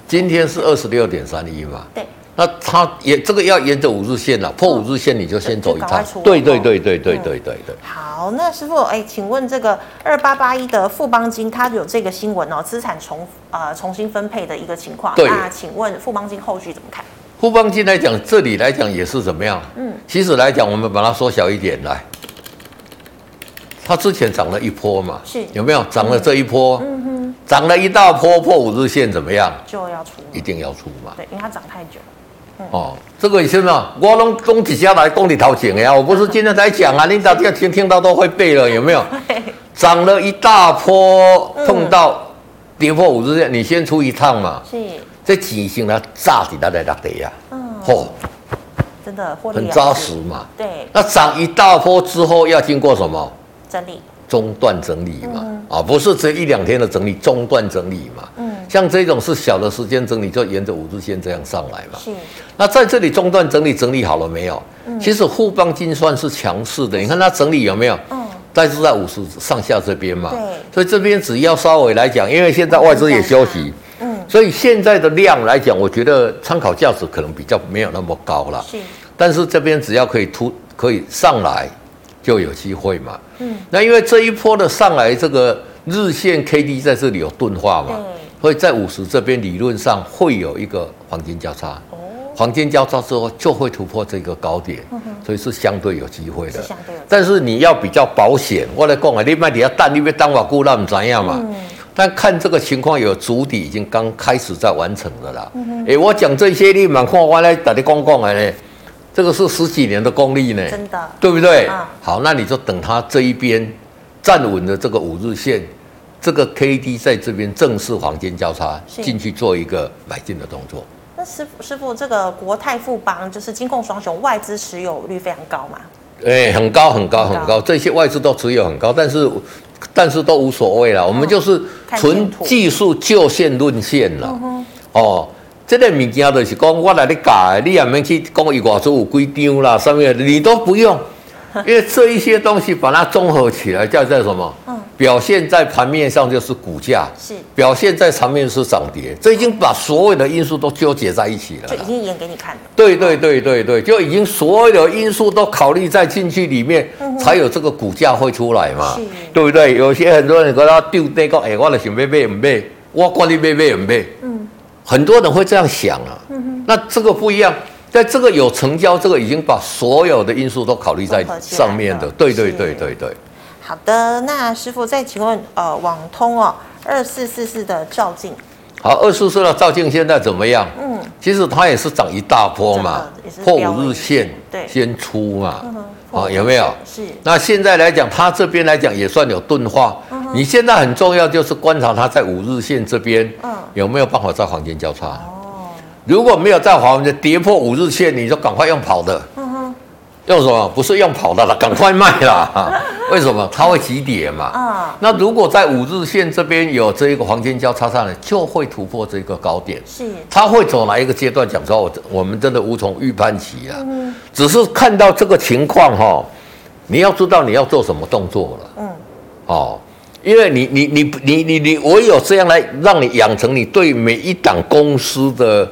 Speaker 2: 今天是二十六点三一嘛，
Speaker 1: 对，
Speaker 2: 那它也这个要沿着五日线了，破五日线你就先走一
Speaker 1: 就赶
Speaker 2: 趟
Speaker 1: 快出。
Speaker 2: 对对对对对对对对。
Speaker 1: 好，那师傅，哎、请问这个二八八一的富邦金，它有这个新闻哦，资产重呃重新分配的一个情况。
Speaker 2: 对
Speaker 1: 那请问富邦金后续怎么看？
Speaker 2: 富邦金来讲，这里来讲也是怎么样？
Speaker 1: 嗯
Speaker 2: 嗯，其实来讲，我们把它缩小一点来，它之前涨了一波嘛，
Speaker 1: 是
Speaker 2: 有没有涨了这一波？嗯哼，涨了一大波，破五日线怎么样？
Speaker 1: 就要出
Speaker 2: 一定要出嘛。
Speaker 1: 对，因为它涨太久了。
Speaker 2: 哦，这个也是嘛，我拢供几下来供你掏钱的啊呀，我不是今天才讲啊，你早就听听到都会背了，有没有？涨了一大波，碰到跌破五日线，你先出一趟嘛，
Speaker 1: 是，
Speaker 2: 这钱先来炸底，来来落地呀，
Speaker 1: 嗯，
Speaker 2: 嚯、
Speaker 1: 真的获利
Speaker 2: 啊很
Speaker 1: 了
Speaker 2: 扎
Speaker 1: 结
Speaker 2: 实。嘛。
Speaker 1: 对，
Speaker 2: 那涨一大波之后要经过什么
Speaker 1: 真理
Speaker 2: 中断整理嘛？啊，不是只有一两天的整理，中断整理嘛。
Speaker 1: 嗯
Speaker 2: 像这种是小的时间整理，就沿着五日线这样上来嘛。
Speaker 1: 是
Speaker 2: 那在这里中断整理整理好了没有？其实沪邦金算是强势的，你看它整理有没有？
Speaker 1: 嗯，
Speaker 2: 但是在五十上下这边嘛。
Speaker 1: 对
Speaker 2: 所以这边只要稍微来讲，因为现在外资也休息，
Speaker 1: 嗯，
Speaker 2: 所以现在的量来讲，我觉得参考价值可能比较没有那么高了。
Speaker 1: 是，
Speaker 2: 但是这边只要可以突可以上来，就有机会嘛。
Speaker 1: 嗯，
Speaker 2: 那因为这一波的上来，这个日线 K D 在这里有钝化嘛
Speaker 1: 对，
Speaker 2: 所以在五十这边理论上会有一个黄金交叉。
Speaker 1: 哦，
Speaker 2: 黄金交叉之后就会突破这个高点，所以是相对有机会的
Speaker 1: 嗯是相对有机会。
Speaker 2: 但是你要比较保险，我来讲啊，你卖你要蛋，你要当瓦固那唔怎样嘛？
Speaker 1: 嗯
Speaker 2: 但看这个情况，有主底已经刚开始在完成了啦。哎、我讲这些你蛮看我来打你讲讲的呢，这个是十几年的功力呢，
Speaker 1: 真的
Speaker 2: 对不对？
Speaker 1: 嗯
Speaker 2: 好，那你就等它这一边站稳了这个五日线。这个 K D 在这边正式黄金交叉
Speaker 1: 是
Speaker 2: 进去做一个买进的动作，
Speaker 1: 那师傅师傅，这个国泰富邦就是金控双雄，外资持有率非常高嘛？
Speaker 2: 哎、很高很高
Speaker 1: 很
Speaker 2: 很
Speaker 1: 高
Speaker 2: 高，这些外资都持有很高，但是但是都无所谓了，我们就是
Speaker 1: 哦看线
Speaker 2: 纯
Speaker 1: 图嗯
Speaker 2: 技术就线论线了。哦，这个物件就是讲我来你改，你也免去讲伊外资有几张啦，什么的你都不 用，因为这一些东西把它综合起来叫做什么？
Speaker 1: 嗯
Speaker 2: 表现在盘面上就是股价，
Speaker 1: 是
Speaker 2: 表现在场面是涨跌，这已经把所有的因素都纠结在一起了
Speaker 1: 就
Speaker 2: 啦。
Speaker 1: 已经演给你看了。
Speaker 2: 对对对对对，就已经所有因素都考虑在进去里面，才有这个股价会出来嘛
Speaker 1: 嗯是，
Speaker 2: 对不对？有些很多人跟他丢那个，哎，我的想买买唔买，我管你买买唔买，
Speaker 1: 嗯，
Speaker 2: 很多人会这样想啊。那这个不一样，在这个有成交，这个已经把所有的因素都考虑在
Speaker 1: 综合起来
Speaker 2: 上面的
Speaker 1: 了，
Speaker 2: 对
Speaker 1: 是
Speaker 2: 对对对对。
Speaker 1: 好的，那师傅再请问，呃，网通哦，二四四四的照镜，
Speaker 2: 好，二叔说的赵静现在怎么样？
Speaker 1: 嗯，
Speaker 2: 其实它也是涨一大波嘛
Speaker 1: 真的也是，
Speaker 2: 破
Speaker 1: 飙
Speaker 2: 五日线，
Speaker 1: 对嗯
Speaker 2: 先出嘛，
Speaker 1: 破五
Speaker 2: 啊，
Speaker 1: 日
Speaker 2: 有没有？
Speaker 1: 是
Speaker 2: 那现在来讲，它这边来讲也算有钝化。
Speaker 1: 嗯
Speaker 2: 你现在很重要就是观察它在五日线这边，
Speaker 1: 嗯
Speaker 2: 有没有办法在黄金交叉？
Speaker 1: 哦，
Speaker 2: 如果没有在华文的跌破五日线，你就赶快用跑的。
Speaker 1: 嗯
Speaker 2: 用什么？不是用跑的了，赶快卖啦！ 为什么？它会急跌嘛。
Speaker 1: 啊，
Speaker 2: 那如果在五日线这边有这一个黄金交叉上来，就会突破这个高点。
Speaker 1: 是，
Speaker 2: 它会走哪一个阶段？讲实话，我我们真的无从预判起啊。
Speaker 1: 嗯
Speaker 2: 只是看到这个情况哈、你要知道你要做什么动作了
Speaker 1: 嗯，
Speaker 2: 哦，因为你你你你你你唯有这样来让你养成你对每一档公司的。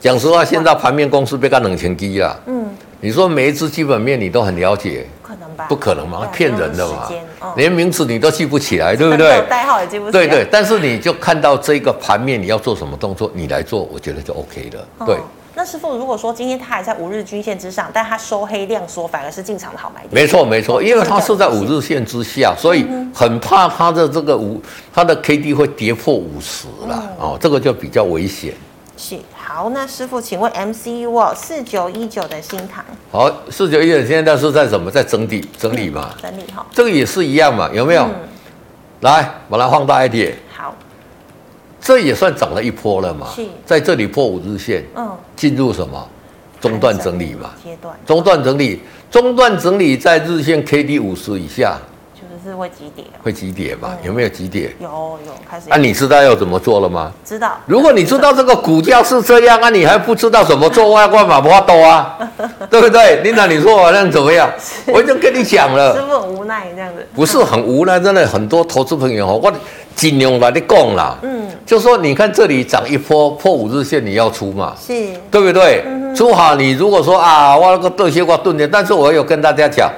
Speaker 2: 讲实话，现在盘面公司被干冷清低了。
Speaker 1: 嗯，
Speaker 2: 你说每一只基本面你都很了解，
Speaker 1: 不可能吧？
Speaker 2: 不可能嘛，
Speaker 1: 两
Speaker 2: 骗人的
Speaker 1: 周
Speaker 2: 嘛
Speaker 1: 时间嗯，
Speaker 2: 连名字你都记不起来，对不
Speaker 1: 没
Speaker 2: 对
Speaker 1: 有？代号也记不起来
Speaker 2: 对对，，但是你就看到这个盘面，你要做什么动作，你来做，我觉得就 OK 了。
Speaker 1: 哦
Speaker 2: 对，。
Speaker 1: 那师傅，如果说今天它还在五日均线之上，但它收黑量缩，反而是进场的好买点。
Speaker 2: 没错没错，因为它是在五
Speaker 1: 日，
Speaker 2: 日线之下，所以很怕它的这个五，它的 K D 会跌破五十啦，哦，这个就比较危险。
Speaker 1: 是好。那师傅，请问 MCU 哦，四九一九的新塘
Speaker 2: 好，四九一的现在是在什么？在整理整理嘛，
Speaker 1: 整理哈，
Speaker 2: 这个也是一样嘛，有没有？来，把它放大一点，
Speaker 1: 好，
Speaker 2: 这也算涨了一波了嘛
Speaker 1: 是，
Speaker 2: 在这里破五日线，
Speaker 1: 嗯，
Speaker 2: 进入什么中段整理嘛？
Speaker 1: 阶段
Speaker 2: 中段整理，中段整理在日线 K D 五十以下
Speaker 1: 就是会急跌，
Speaker 2: 会急跌嘛？
Speaker 1: 嗯
Speaker 2: 有没有急跌？
Speaker 1: 有有开始
Speaker 2: 啊，你知道要怎么做了吗？
Speaker 1: 知道，
Speaker 2: 如果你知道这个股价是这样啊，你还不知道怎么做，外挂马不花多啊，对不对？琳达，你说我那怎么样？我已经跟你讲
Speaker 1: 师
Speaker 2: 了，
Speaker 1: 傅很无奈这样子，
Speaker 2: 不是很无奈，真的很多投资朋友哦，我尽量来你讲啦，
Speaker 1: 嗯，
Speaker 2: 就说你看这里涨一波破五日线，你要出嘛？
Speaker 1: 是
Speaker 2: 对不对？
Speaker 1: 嗯
Speaker 2: 出好，你如果说啊，我那个这些我钝点，但是我有跟大家讲，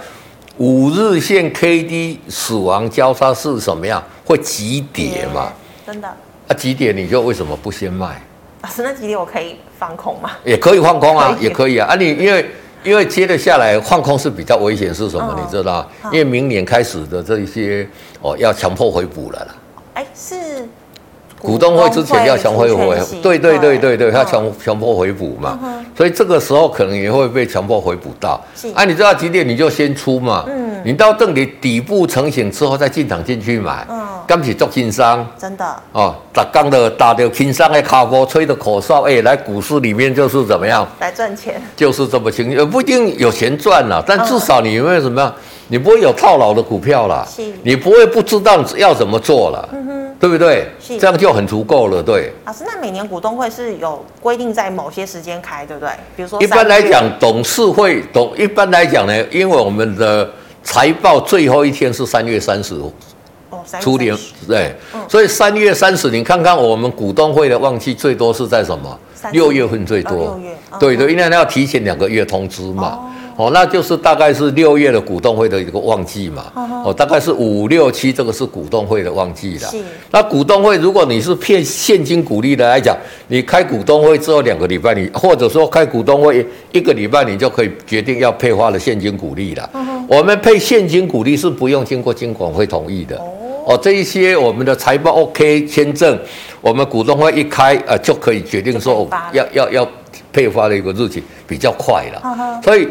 Speaker 2: 五日线 K D 死亡交叉是什么样？会急跌嘛？，
Speaker 1: 真的。
Speaker 2: 啊，急跌你就为什么不先卖？
Speaker 1: 老师，那几点我可以放空吗？
Speaker 2: 也可以放空啊，
Speaker 1: 可以
Speaker 2: 也可以啊。啊，你因为因为接着下来放空是比较危险，是什么？
Speaker 1: 嗯
Speaker 2: 你知道吗？
Speaker 1: 好
Speaker 2: 因为明年开始的这一些哦，要强迫回补了啦。
Speaker 1: 哎，是
Speaker 2: 股东会之前要强迫
Speaker 1: 股
Speaker 2: 回
Speaker 1: 东出权，
Speaker 2: 对对对对对，要
Speaker 1: 嗯
Speaker 2: 强强迫回补嘛
Speaker 1: 嗯，
Speaker 2: 所以这个时候可能也会被强迫回补到
Speaker 1: 是。
Speaker 2: 啊，你知道几点你就先出嘛，
Speaker 1: 嗯
Speaker 2: 你到这里底部成型之后再进场进去买
Speaker 1: 嗯，
Speaker 2: 刚起做轻商
Speaker 1: 真的
Speaker 2: 哦，打刚的打掉轻商的卡波，吹的口哨，哎，来股市里面就是怎么样，
Speaker 1: 来赚钱，
Speaker 2: 就是这么轻，呃，不一定有钱赚
Speaker 1: 嗯
Speaker 2: 啦，但至少你有没有什么样，你不会有套牢的股票啦
Speaker 1: 是，嗯
Speaker 2: 你不会不知道要怎么做啦，对不对
Speaker 1: 是？
Speaker 2: 这样就很足够了，对。
Speaker 1: 老啊师，那每年股东会是有规定在某些时间开，对不对？比如说
Speaker 2: 一般
Speaker 1: 三
Speaker 2: 来
Speaker 1: 月
Speaker 2: 讲，董事会董一般来讲呢，因为我们的财报最后一天是三月三十
Speaker 1: 哦，三月
Speaker 2: 初年
Speaker 1: 三十，
Speaker 2: 对
Speaker 1: 嗯，
Speaker 2: 所以三月三十，你看看我们股东会的旺季最多是在什么
Speaker 1: 三？月
Speaker 2: 六月份最
Speaker 1: 哦
Speaker 2: 多
Speaker 1: 六月嗯，
Speaker 2: 对对，因为它要提前两个月通知嘛。哦，那就是大概是六月的股东会的一个旺季嘛。哦，大概是五六七，这个是股东会的旺季啦。
Speaker 1: 是
Speaker 2: 那股东会，如果你是骗现金股利的来讲，你开股东会之后两个礼拜你，或者说开股东会一个礼拜，你就可以决定要配发的现金股利了。
Speaker 1: 嗯
Speaker 2: 我们配现金股利是不用经过金管会同意的。哦，这一些我们的财报 OK 签证，我们股东会一开，呃，就可以决定
Speaker 1: 就可以
Speaker 2: 说
Speaker 1: 发了
Speaker 2: 要要要配发的一个日期比较快了。
Speaker 1: 嗯哼
Speaker 2: 所以，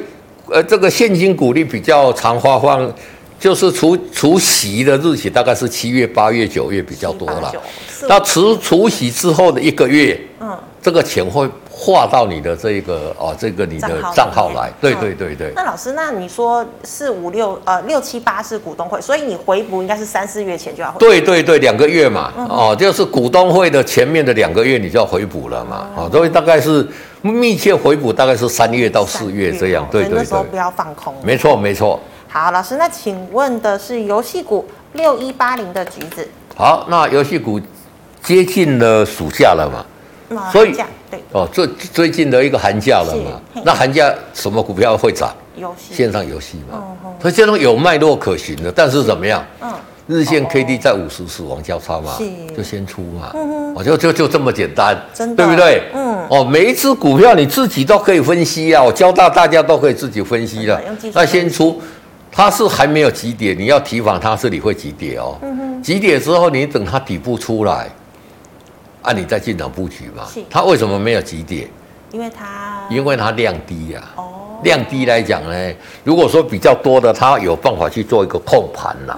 Speaker 2: 呃，这个现金股利比较常发放，就是除除息的日期大概是七月、八月、九月比较多
Speaker 1: 八
Speaker 2: 了
Speaker 1: 九。四
Speaker 2: 那
Speaker 1: 五
Speaker 2: 除除息之后的一个月，
Speaker 1: 嗯，
Speaker 2: 这个钱会划到你的这个哦，这个你的
Speaker 1: 账号
Speaker 2: 账号
Speaker 1: 里面
Speaker 2: 来。对
Speaker 1: 嗯
Speaker 2: 对对对，
Speaker 1: 那老师，那你说四五六呃六七八是股东会，所以你回补应该是三四月前就要回。
Speaker 2: 对对对，两个月嘛，
Speaker 1: 嗯
Speaker 2: 哦，就是股东会的前面的两个月你就要回补了嘛，哦，所以大概是密切回补，大概是三月到四月这样
Speaker 1: 哦。
Speaker 2: 对
Speaker 1: 所以
Speaker 2: 对
Speaker 1: 那时候
Speaker 2: 对，
Speaker 1: 不要放空。
Speaker 2: 没错没错。
Speaker 1: 好，老师，那请问的是游戏股六一八零的橘子，
Speaker 2: 好，那游戏股接近了暑假了嘛？
Speaker 1: 那
Speaker 2: 所以
Speaker 1: 这样对
Speaker 2: 哦，最最近的一个寒假了嘛
Speaker 1: 是嘿？
Speaker 2: 那寒假什么股票会涨？
Speaker 1: 游戏
Speaker 2: 线上游戏嘛
Speaker 1: 嗯嗯，
Speaker 2: 所以这种有脉络可循的，但是怎么样？
Speaker 1: 嗯
Speaker 2: 日线 K D 在五十死亡交叉嘛
Speaker 1: 是，嗯
Speaker 2: 就先出嘛，我就就就这么简单，
Speaker 1: 真的
Speaker 2: 对不对？
Speaker 1: 嗯
Speaker 2: 哦，每一只股票你自己都可以分析啊，我教到大家都可以自己分析了
Speaker 1: 真的用技。术
Speaker 2: 那先出，它是还没有急跌，你要提防它这里会急跌哦。
Speaker 1: 嗯
Speaker 2: 急跌之后，你等它底部出来，啊，你再进场布局嘛
Speaker 1: 是。
Speaker 2: 它为什么没有急跌？
Speaker 1: 因为它
Speaker 2: 因为它量低啊呀、
Speaker 1: 哦嗯
Speaker 2: 量低来讲呢，如果说比较多的，它有办法去做一个控盘啦、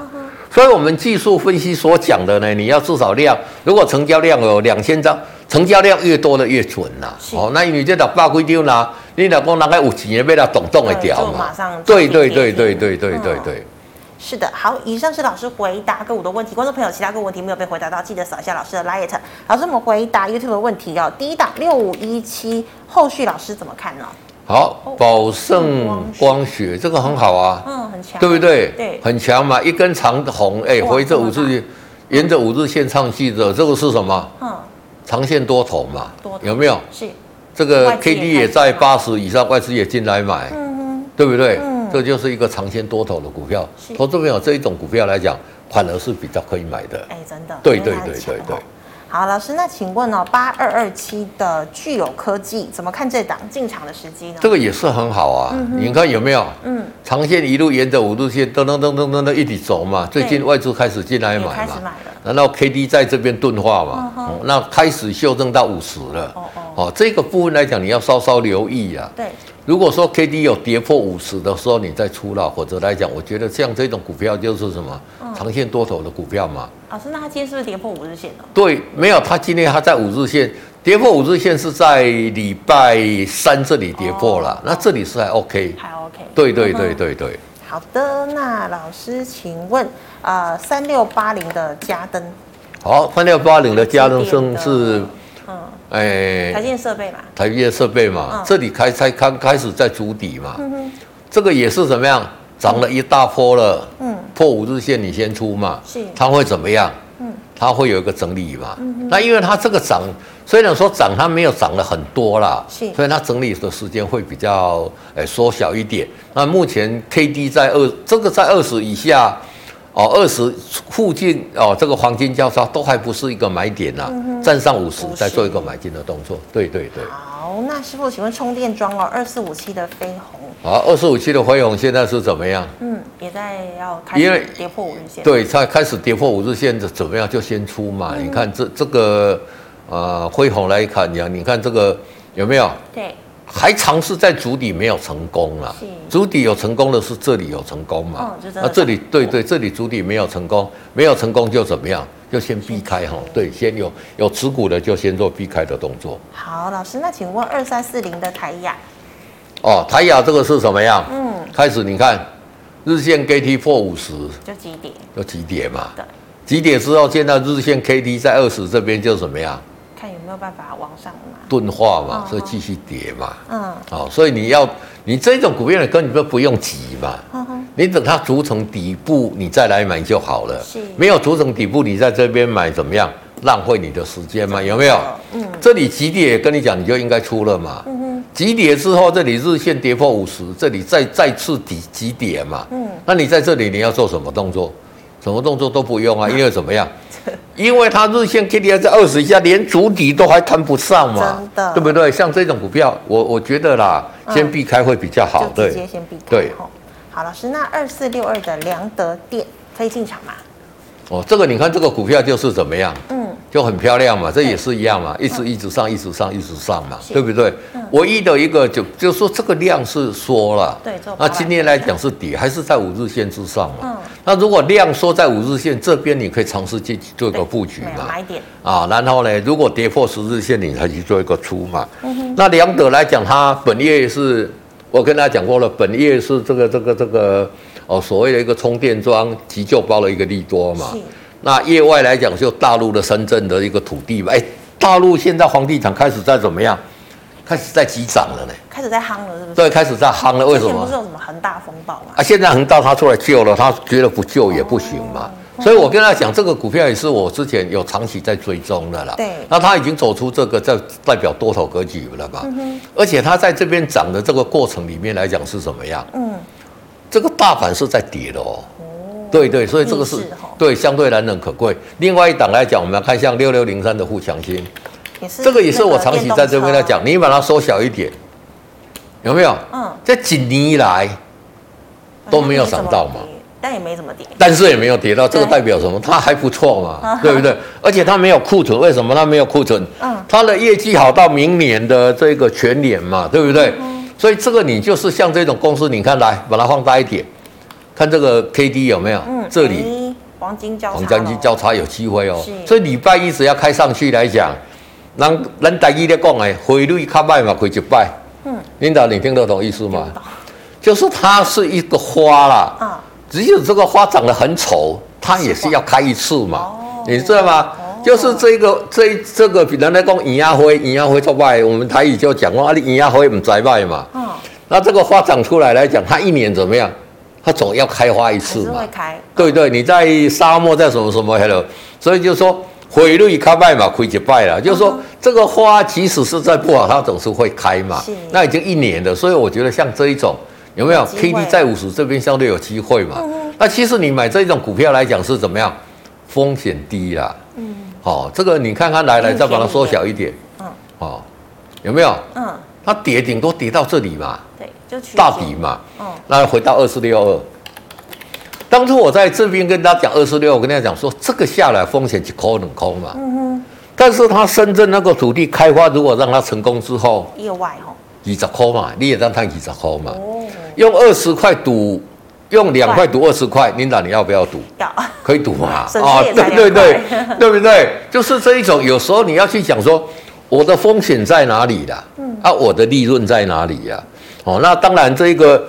Speaker 2: 所以我们技术分析所讲的呢，你要至少量，如果成交量有两千张，成交量越多的越准呐、
Speaker 1: 是
Speaker 2: 哦，那你这打八规丢啦，你老公大概有钱被他懂动一掉
Speaker 1: 对哦就
Speaker 2: 嘛
Speaker 1: 马上？
Speaker 2: 对
Speaker 1: 就
Speaker 2: 对
Speaker 1: 跌
Speaker 2: 对对
Speaker 1: 停
Speaker 2: 对对对
Speaker 1: 嗯
Speaker 2: 对。
Speaker 1: 是的，好，以上是老师回答个股的问题，观众朋友其他个问题没有被回答到，记得扫一下老师的 liet。老师，我们回答 YouTube 的问题哦。第一档六五一七，后续老师怎么看呢？
Speaker 2: 好
Speaker 1: 哦，
Speaker 2: 宝盛
Speaker 1: 光学
Speaker 2: 光学这个很好啊，
Speaker 1: 嗯，很强，
Speaker 2: 对不对？
Speaker 1: 对，
Speaker 2: 很强嘛，一根长红，哎，
Speaker 1: 哇
Speaker 2: 回这五
Speaker 1: 这么
Speaker 2: 日，沿着五日线上去的，这个是什么？
Speaker 1: 嗯，
Speaker 2: 长线多头嘛
Speaker 1: 多，头
Speaker 2: 有没有？
Speaker 1: 是，
Speaker 2: 这个
Speaker 1: 外资
Speaker 2: K
Speaker 1: 也
Speaker 2: D
Speaker 1: 开
Speaker 2: 也在
Speaker 1: 始买
Speaker 2: 八十以上，外资也进来买，
Speaker 1: 嗯
Speaker 2: 对不对？
Speaker 1: 嗯
Speaker 2: 这就是一个长线多头的股票
Speaker 1: 是。
Speaker 2: 投资朋友这一种股票来讲，反而是比较可以买的
Speaker 1: 哼，。哎，真的，
Speaker 2: 对
Speaker 1: 因为
Speaker 2: 对
Speaker 1: 它很
Speaker 2: 对
Speaker 1: 强
Speaker 2: 对
Speaker 1: 哦
Speaker 2: 对。
Speaker 1: 好，老师，那请问哦，八二二七的具有科技怎么看这档进场的时机呢？
Speaker 2: 这个也是很好啊，你看有没有？
Speaker 1: 嗯，
Speaker 2: 长线一路沿着五日线噔噔噔噔噔噔一直走嘛，最近外资开始进来
Speaker 1: 也
Speaker 2: 哎买
Speaker 1: 开始
Speaker 2: 嘛，
Speaker 1: 买了，
Speaker 2: 然后 K D 在这边钝化嘛，
Speaker 1: 嗯哼
Speaker 2: 哦那开始修正到五十了。
Speaker 1: 哦哦，
Speaker 2: 哦，这个部分来讲，你要稍稍留意啊。
Speaker 1: 对，
Speaker 2: 如果说 K D 有跌破五十的时候，你再出了，否则来讲，我觉得像这种股票就是什么
Speaker 1: 嗯
Speaker 2: 长线多头的股票嘛。
Speaker 1: 老师，那它今天是不是跌破五日线了？
Speaker 2: 对，没有，它今天它在五日线跌破五日线是在礼拜三这里跌破了，那这里是还 OK。
Speaker 1: 还 OK，
Speaker 2: 对对
Speaker 1: 哦嗯哼
Speaker 2: 对对对，
Speaker 1: 好的，那老师，请问，呃，三六八零的嘉登，
Speaker 2: 好，三六八零的嘉能生
Speaker 1: 是
Speaker 2: 是
Speaker 1: 的，嗯，
Speaker 2: 哎
Speaker 1: 台建设备嘛，
Speaker 2: 台积电设备嘛，
Speaker 1: 嗯
Speaker 2: 这里开才刚开始在筑底嘛，
Speaker 1: 嗯哼，
Speaker 2: 这个也是怎么样，涨了一大波了，
Speaker 1: 嗯，
Speaker 2: 破五日线你先出嘛，
Speaker 1: 是
Speaker 2: 它会怎么样？
Speaker 1: 嗯，
Speaker 2: 它会有一个整理嘛。那因为它这个涨，虽然说涨，它没有涨了很多啦，
Speaker 1: 是
Speaker 2: 所以它整理的时间会比较诶缩小一点。那目前 K D 在二，这个在二十以下。哦，二十附近哦，这个黄金交叉都还不是一个买点呐、
Speaker 1: 嗯
Speaker 2: 站上五十
Speaker 1: 50
Speaker 2: 再做一个买进的动作。对对对。
Speaker 1: 好，那师傅，请问充电桩哦，二四五七的飞鸿，
Speaker 2: 好，二十五期的辉鸿现在是怎么样？
Speaker 1: 嗯，也在要开
Speaker 2: 因为
Speaker 1: 始跌破五日线，，
Speaker 2: 对，它开始跌破五日线的怎么样就先出嘛？
Speaker 1: 嗯
Speaker 2: 你看这这个呃辉鸿来看，你看你看这个有没有
Speaker 1: 对，
Speaker 2: 还尝试在主底没有成功啦
Speaker 1: 是？
Speaker 2: 主底有成功的是这里有成功嘛
Speaker 1: 哦？就真的
Speaker 2: 那这里对对，这里主底没有成功，没有成功就怎么样？就先避开哈，对，先有有持股的就先做避开的动作。
Speaker 1: 好，老师，那请问二三四零的台亚，
Speaker 2: 哦，台雅这个是什么样？
Speaker 1: 嗯，
Speaker 2: 开始你看日线 K T 破五十，
Speaker 1: 就几点？
Speaker 2: 有几点嘛？
Speaker 1: 对，
Speaker 2: 几点之后见到日线 K D 在二十这边就怎么样
Speaker 1: 看有没有办法往上拿，
Speaker 2: 钝化
Speaker 1: 哦
Speaker 2: 嘛，所以继续跌嘛。
Speaker 1: 嗯，
Speaker 2: 好、哦所以你要你这种股票你根本就不用急嘛，
Speaker 1: 嗯哼哼，
Speaker 2: 你等它筑成底部你再来买就好了
Speaker 1: 是。
Speaker 2: 没有筑成底部，你在这边买怎么样？浪费你的时间嘛？有没有？
Speaker 1: 嗯
Speaker 2: 这里急跌跟你讲，你就应该出了嘛。
Speaker 1: 嗯哼，
Speaker 2: 急跌之后，这里日线跌破五十，这里再再次底急跌嘛。
Speaker 1: 嗯
Speaker 2: 那你在这里你要做什么动作？什么动作都不 用啊，因为怎么样？因为它日线 K D I 在二十以下，连主底都还谈不上嘛，
Speaker 1: 真的
Speaker 2: 对不对？像这种股票，我我觉得啦，
Speaker 1: 嗯
Speaker 2: 先避开会比较好。
Speaker 1: 就直接
Speaker 2: 对，
Speaker 1: 先避开，
Speaker 2: 对
Speaker 1: 吼好，老师，那二四六二的良德店可以进场吗？
Speaker 2: 哦，这个你看这个股票就是怎么样，
Speaker 1: 嗯，
Speaker 2: 就很漂亮嘛，这也是一样嘛，一直一直上，一直上，一直上嘛，
Speaker 1: 是嗯
Speaker 2: 对不对？唯一的一个就就是说这个量是缩了，
Speaker 1: 对做八
Speaker 2: 那
Speaker 1: 百
Speaker 2: 今天来讲是底，还是在五日线之上嘛
Speaker 1: 嗯？
Speaker 2: 那如果量缩在五日线这边，你可以尝试去做一个布局
Speaker 1: 没有
Speaker 2: 嘛。
Speaker 1: 买点，
Speaker 2: 啊，然后呢，如果跌破十日线，你才去做一个出嘛。
Speaker 1: 嗯
Speaker 2: 那两者来讲，它本业是，我跟大家讲过了，本业是这个这个这个哦，所谓的一个充电桩急救包的一个利多嘛
Speaker 1: 是。
Speaker 2: 那业外来讲，就大陆的深圳的一个土地嘛，哎，大陆现在房地产开始在怎么样？开始在急涨了呢，
Speaker 1: 开始在夯了，是不是？
Speaker 2: 对，开始在夯了，为什
Speaker 1: 之前
Speaker 2: 么
Speaker 1: 不是？有什么恒大风暴吗？
Speaker 2: 啊，现在恒大他出来救了，他觉得不救也不行嘛。
Speaker 1: 嗯
Speaker 2: 所以我跟他讲，这个股票也是我之前有长期在追踪的啦。
Speaker 1: 对
Speaker 2: 那他已经走出这个在代表多头格局了
Speaker 1: 嗯
Speaker 2: 嘛。而且他在这边涨的这个过程里面来讲是怎么样？
Speaker 1: 嗯，
Speaker 2: 这个大盘是在跌的哦。对对，所以这个是
Speaker 1: 逆势哦
Speaker 2: 对相对难能可贵。另外一档来讲，我们来看像六六零三的富强新，
Speaker 1: 也是
Speaker 2: 这个也是我长期在这边来讲
Speaker 1: 那个电动，
Speaker 2: 你把它缩小一点，有没有？
Speaker 1: 嗯，
Speaker 2: 这几年以来
Speaker 1: 车
Speaker 2: 都没有涨到嘛，
Speaker 1: 但也没怎么跌，
Speaker 2: 但是也没有跌到，这个
Speaker 1: 对
Speaker 2: 代表什么？它还不错嘛
Speaker 1: 嗯，
Speaker 2: 对不对？而且它没有库存，为什么它没有库存？
Speaker 1: 嗯
Speaker 2: 它的业绩好到明年的这个全年嘛，对不对？所以这个你就是像这种公司，你看来把它放大一点，看这个嗯 K D 有没有？这里
Speaker 1: 里嗯黄金交叉
Speaker 2: 黄
Speaker 1: 咯，
Speaker 2: 金交叉有机会哦
Speaker 1: 是。
Speaker 2: 所以礼拜一只要开上去来讲，咱咱大一咧讲诶，汇率较歹嘛，开一摆。嗯，领导，你听得懂意思吗？就是它是一个花啦，
Speaker 1: 啊，
Speaker 2: 只有这个花长得很丑，它也是要开一次嘛，
Speaker 1: 哦
Speaker 2: 你知道吗？就是这个这这个，比人家讲哎银牙灰，银牙灰做卖，我们台语就讲过，啊，你银牙灰唔在卖嘛。
Speaker 1: 嗯，
Speaker 2: 那这个花长出来来讲，它一年怎么样？它总要开花一
Speaker 1: 还
Speaker 2: 次
Speaker 1: 是
Speaker 2: 嘛。
Speaker 1: 会开，
Speaker 2: 对对，你在沙漠，在什么什么 hello，所以就说毁率开败嘛，亏几败了，就是
Speaker 1: 嗯
Speaker 2: 说这个花即使是在不好，它总是会开嘛
Speaker 1: 是。
Speaker 2: 那已经一年了，所以我觉得像这一种有没有
Speaker 1: 有机
Speaker 2: K
Speaker 1: 会嗯
Speaker 2: D 在五十这边相对有机会嘛？那其实你买这种股票来讲是怎么样？风险低啦。嗯。好、这个你看看来来，
Speaker 1: 嗯
Speaker 2: 再把它缩
Speaker 1: 便
Speaker 2: 小一点。
Speaker 1: 嗯。
Speaker 2: 哦，有没有？
Speaker 1: 嗯，
Speaker 2: 它跌顶多跌到这里嘛。
Speaker 1: 对，就取
Speaker 2: 大
Speaker 1: 决
Speaker 2: 底，嘛，
Speaker 1: 嗯
Speaker 2: 那回到二四六二。当初我在这边跟大家讲二四六，我跟大家讲说，这个下来风险就可能空嘛。
Speaker 1: 嗯
Speaker 2: 但是他深圳那个土地开发，如果让它成功之后，
Speaker 1: 意外哦，
Speaker 2: 二十块嘛，你也让它二十块嘛，
Speaker 1: 哦，
Speaker 2: 用二十块赌，用两块赌二十块，领导你要不要赌？
Speaker 1: 要，
Speaker 2: 可以赌嘛？哦
Speaker 1: 损失也才
Speaker 2: 对对对
Speaker 1: 两块，
Speaker 2: 对不对？就是这一种，有时候你要去讲说，我的风险在哪里啦？
Speaker 1: 嗯
Speaker 2: 啊，我的利润在哪里呀、哦，那当然这个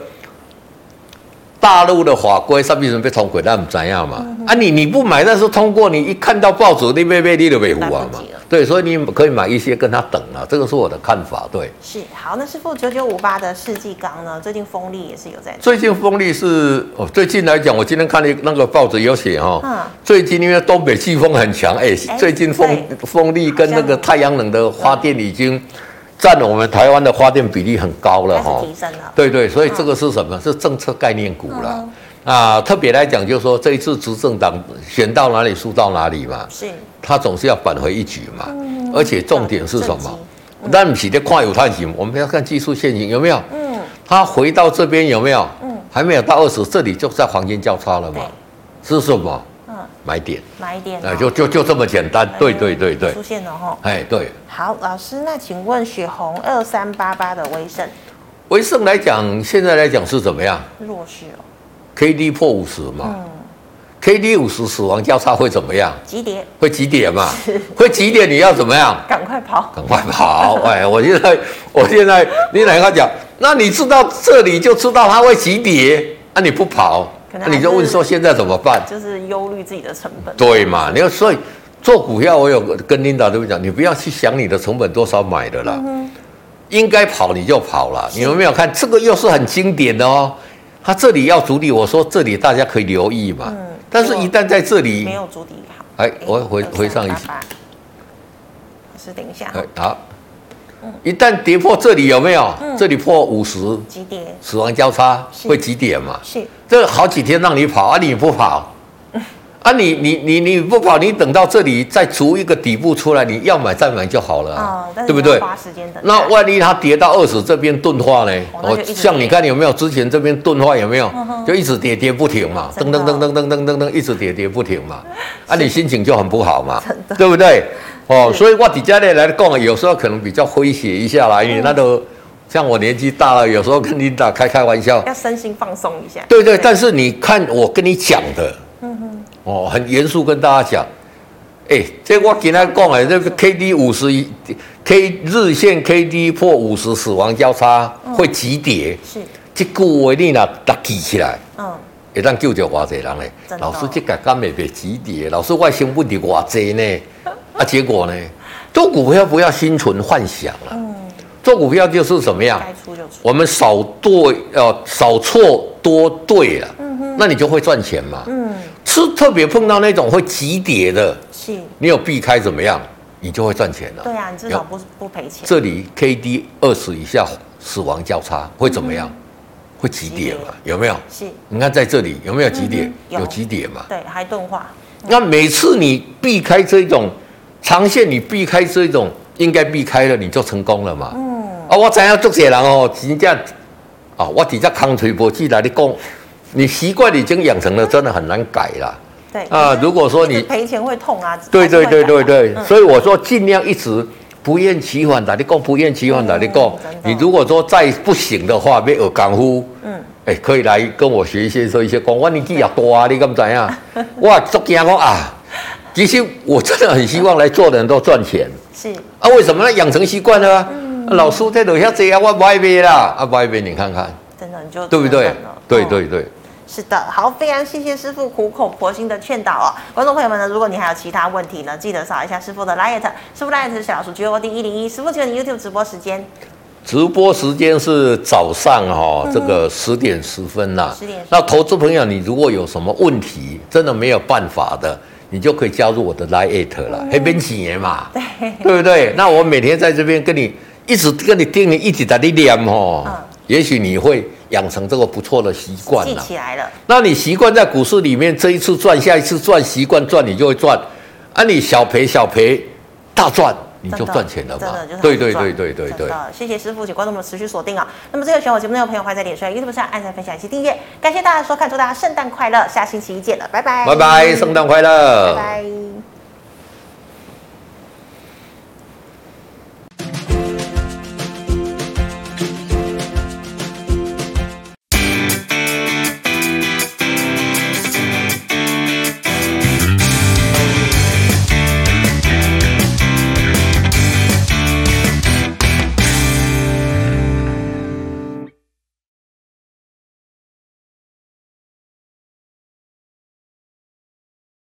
Speaker 2: 大陆的法规上面准备通过，那不怎样嘛？
Speaker 1: 嗯
Speaker 2: 啊你，你不买，但是通过，你一看到报纸，你被被你的维护啊
Speaker 1: 来不
Speaker 2: 嘛
Speaker 1: 及了。
Speaker 2: 对，所以你可以买一些跟他等啊，这个是我的看法。对，
Speaker 1: 是好。那师傅九九五八的世纪钢呢，最近风力也是有在，
Speaker 2: 最近风力是哦，最近来讲，我今天看了一那个报纸有写哦，
Speaker 1: 嗯
Speaker 2: 最近因为东北季风很强，哎、
Speaker 1: 哎
Speaker 2: 最近风风力跟那
Speaker 1: 好像
Speaker 2: 个太阳能的发电已经占我们台湾的发电比例很高了
Speaker 1: 开
Speaker 2: 哈、
Speaker 1: 始提升了，
Speaker 2: 对对，所以这个是什么？是政策概念股啦。
Speaker 1: 嗯
Speaker 2: 啊，特别来讲，就是说这一次执政党选到哪里输到哪里嘛，
Speaker 1: 是
Speaker 2: 他总是要扳回一局嘛。
Speaker 1: 嗯
Speaker 2: 而且重点是什
Speaker 1: 政绩
Speaker 2: 么？但不是在跨有碳行，我们要看技术陷阱有没有？
Speaker 1: 嗯，
Speaker 2: 它回到这边有没有？还没有到二十，这里就在黄金交叉了嘛？是什么？
Speaker 1: 嗯，
Speaker 2: 买点，
Speaker 1: 买一点哦，
Speaker 2: 哎，就就就这么简单。对对对对
Speaker 1: 出，现了哈。
Speaker 2: 哎对。
Speaker 1: 好，老师，那请问雪红二三八八的威盛
Speaker 2: 维盛来讲，现在来讲是怎么样？
Speaker 1: 弱势哦，
Speaker 2: K D 破五十嘛、k
Speaker 1: 嗯
Speaker 2: D 五十死亡交叉会怎么样？
Speaker 1: 急跌，
Speaker 2: 会几点嘛？会几点？你要怎么样？
Speaker 1: 赶快 跑，
Speaker 2: 赶快 跑！哎，我现在，我现在，你哪个讲？那你知道这里就知道它会几点，那、你不跑，
Speaker 1: 可能
Speaker 2: 那、
Speaker 1: 还是
Speaker 2: 你就问说现在怎么办？
Speaker 1: 就是忧虑自己的成本。
Speaker 2: 对嘛？你要所以做股票，我有跟领导这边讲，你不要去想你的成本多少买的
Speaker 1: 嗯
Speaker 2: 啦，应该跑你就跑了。你有没有看这个又是很经典的哦？它这里要主力，我说这里大家可以留意嘛。但是，一旦在这里
Speaker 1: 嗯没，有足底好。
Speaker 2: 哎我回回上一
Speaker 1: 老
Speaker 2: 集
Speaker 1: 师等一下
Speaker 2: 哎，好，
Speaker 1: 嗯
Speaker 2: 一旦跌破这里有没有？这里破五十，
Speaker 1: 急跌
Speaker 2: 死亡交叉
Speaker 1: 嗯是
Speaker 2: 会几点嘛？
Speaker 1: 是
Speaker 2: 这好几天让你跑啊，你不跑，啊你你你你不跑，你等到这里再逐一个底部出来，你要买再买就好了、
Speaker 1: 啊
Speaker 2: 啊，，
Speaker 1: 但是
Speaker 2: 对不
Speaker 1: 你要
Speaker 2: 对？
Speaker 1: 花时间等待。
Speaker 2: 那万一它跌到二十这边钝化呢？
Speaker 1: 哦那就一直跌
Speaker 2: 像你看有没有之前这边钝化有没有？就一直跌跌不停嘛，
Speaker 1: 真
Speaker 2: 噔
Speaker 1: 的
Speaker 2: 噔噔噔噔噔噔噔，一直跌跌不停嘛，啊，你心情就很不好嘛，对不对？哦，
Speaker 1: 是
Speaker 2: 所以我底下来来讲，有时候可能比较诙谐一下啦，因为那都像我年纪大了，有时候跟琳达开开玩笑，
Speaker 1: 要身心放松一下。
Speaker 2: 对对，但是你看我跟你讲的，
Speaker 1: 嗯
Speaker 2: 哦，很严肃跟大家讲，哎、这我给他讲哎，这个 K D 五十，K 日线 K D 破五十死亡交叉
Speaker 1: 嗯
Speaker 2: 会急跌，
Speaker 1: 是
Speaker 2: 这句话你若搭记起来，
Speaker 1: 嗯，
Speaker 2: 会当救着偌济人嘞
Speaker 1: 真。的哦
Speaker 2: 老师，这个敢袂袂急跌？老师，我成本伫偌济呢？ 啊，结果呢？做股票不要心存幻想了，
Speaker 1: 嗯
Speaker 2: 做股票就是怎么样？
Speaker 1: 该出就出。
Speaker 2: 我们少对呃少错多对了，那你就会赚钱嘛。
Speaker 1: 嗯，
Speaker 2: 是特别碰到那种会急跌的，
Speaker 1: 是，
Speaker 2: 你有避开怎么样，你就会赚钱了。
Speaker 1: 对啊，你至
Speaker 2: 有
Speaker 1: 少不不赔钱。
Speaker 2: 这里 K D 二十以下死亡交叉会怎么样？会急跌
Speaker 1: 嗯急
Speaker 2: 嘛？有没有？
Speaker 1: 是，
Speaker 2: 你看在这里有没有急跌？
Speaker 1: 嗯哼有
Speaker 2: 有急跌嘛？
Speaker 1: 对，还钝化。
Speaker 2: 那每次你避开这种长线，你避开这种应该避开了，你就成功了嘛。
Speaker 1: 嗯，
Speaker 2: 啊，我知影足侪人哦，真正啊，我伫只空吹波起来你讲，你习惯已经养成了，真的很难改啦。
Speaker 1: 对
Speaker 2: 啊，如果说
Speaker 1: 一直
Speaker 2: 你
Speaker 1: 赔钱会痛啊。
Speaker 2: 对对
Speaker 1: 还是
Speaker 2: 对
Speaker 1: 会
Speaker 2: 对
Speaker 1: 改啊
Speaker 2: 对，所以我说尽量一直不厌其烦打你讲，不厌其烦打你讲
Speaker 1: 嗯真的。
Speaker 2: 你如果说再不行的话，要学功夫，
Speaker 1: 嗯，
Speaker 2: 哎、可以来跟我学一些这一些光，我年纪也大，你敢不知样？ 我足惊我啊！其实我真的很希望来做的人都赚钱
Speaker 1: 是
Speaker 2: 啊，为什么呢？养成习惯了啊。
Speaker 1: 嗯
Speaker 2: 老师在楼下这啊样，我不爱卖啦，啊不爱卖，你看看，
Speaker 1: 真的，你就
Speaker 2: 对不对
Speaker 1: 真的了？
Speaker 2: 对
Speaker 1: 嗯
Speaker 2: 对对，
Speaker 1: 是的，好，非常谢谢师傅苦口婆心的劝导哦。观众朋友们呢，如果你还有其他问题呢，记得扫一下师傅的 liet，师傅 liet 是小老鼠 G O D 一零一。师傅，请问你 YouTube 直播时间
Speaker 2: 直播时间是早上哈、哦，这个十点十分啦、
Speaker 1: 嗯10点10
Speaker 2: 那投资朋友，你如果有什么问题，真的没有办法的，你就可以加入我的 Line
Speaker 1: 嗯
Speaker 2: 了，黑边企业嘛，对不对？那我每天在这边跟你一直跟你盯你，一直在你念哦，
Speaker 1: 嗯
Speaker 2: 也许你会养成这个不错的习惯
Speaker 1: 记
Speaker 2: 啦。
Speaker 1: 起来了，
Speaker 2: 那你习惯在股市里面这一次赚，下一次赚，习惯赚你就会赚，啊，你小赔小赔，大赚你就
Speaker 1: 真的
Speaker 2: 赚钱了
Speaker 1: 真
Speaker 2: 嘛
Speaker 1: 的就是，
Speaker 2: 对对
Speaker 1: 很
Speaker 2: 对
Speaker 1: 赚
Speaker 2: 对对对
Speaker 1: 真。的，谢谢师傅，请观众们持续锁定啊、那么这个喜欢我节目内容的朋友，欢迎在脸书、YouTube 上按赞、分享以及订阅。感谢大家的收看，祝大家圣诞快乐，下星期一见了，拜拜，
Speaker 2: 拜拜，圣诞快乐！
Speaker 1: 拜拜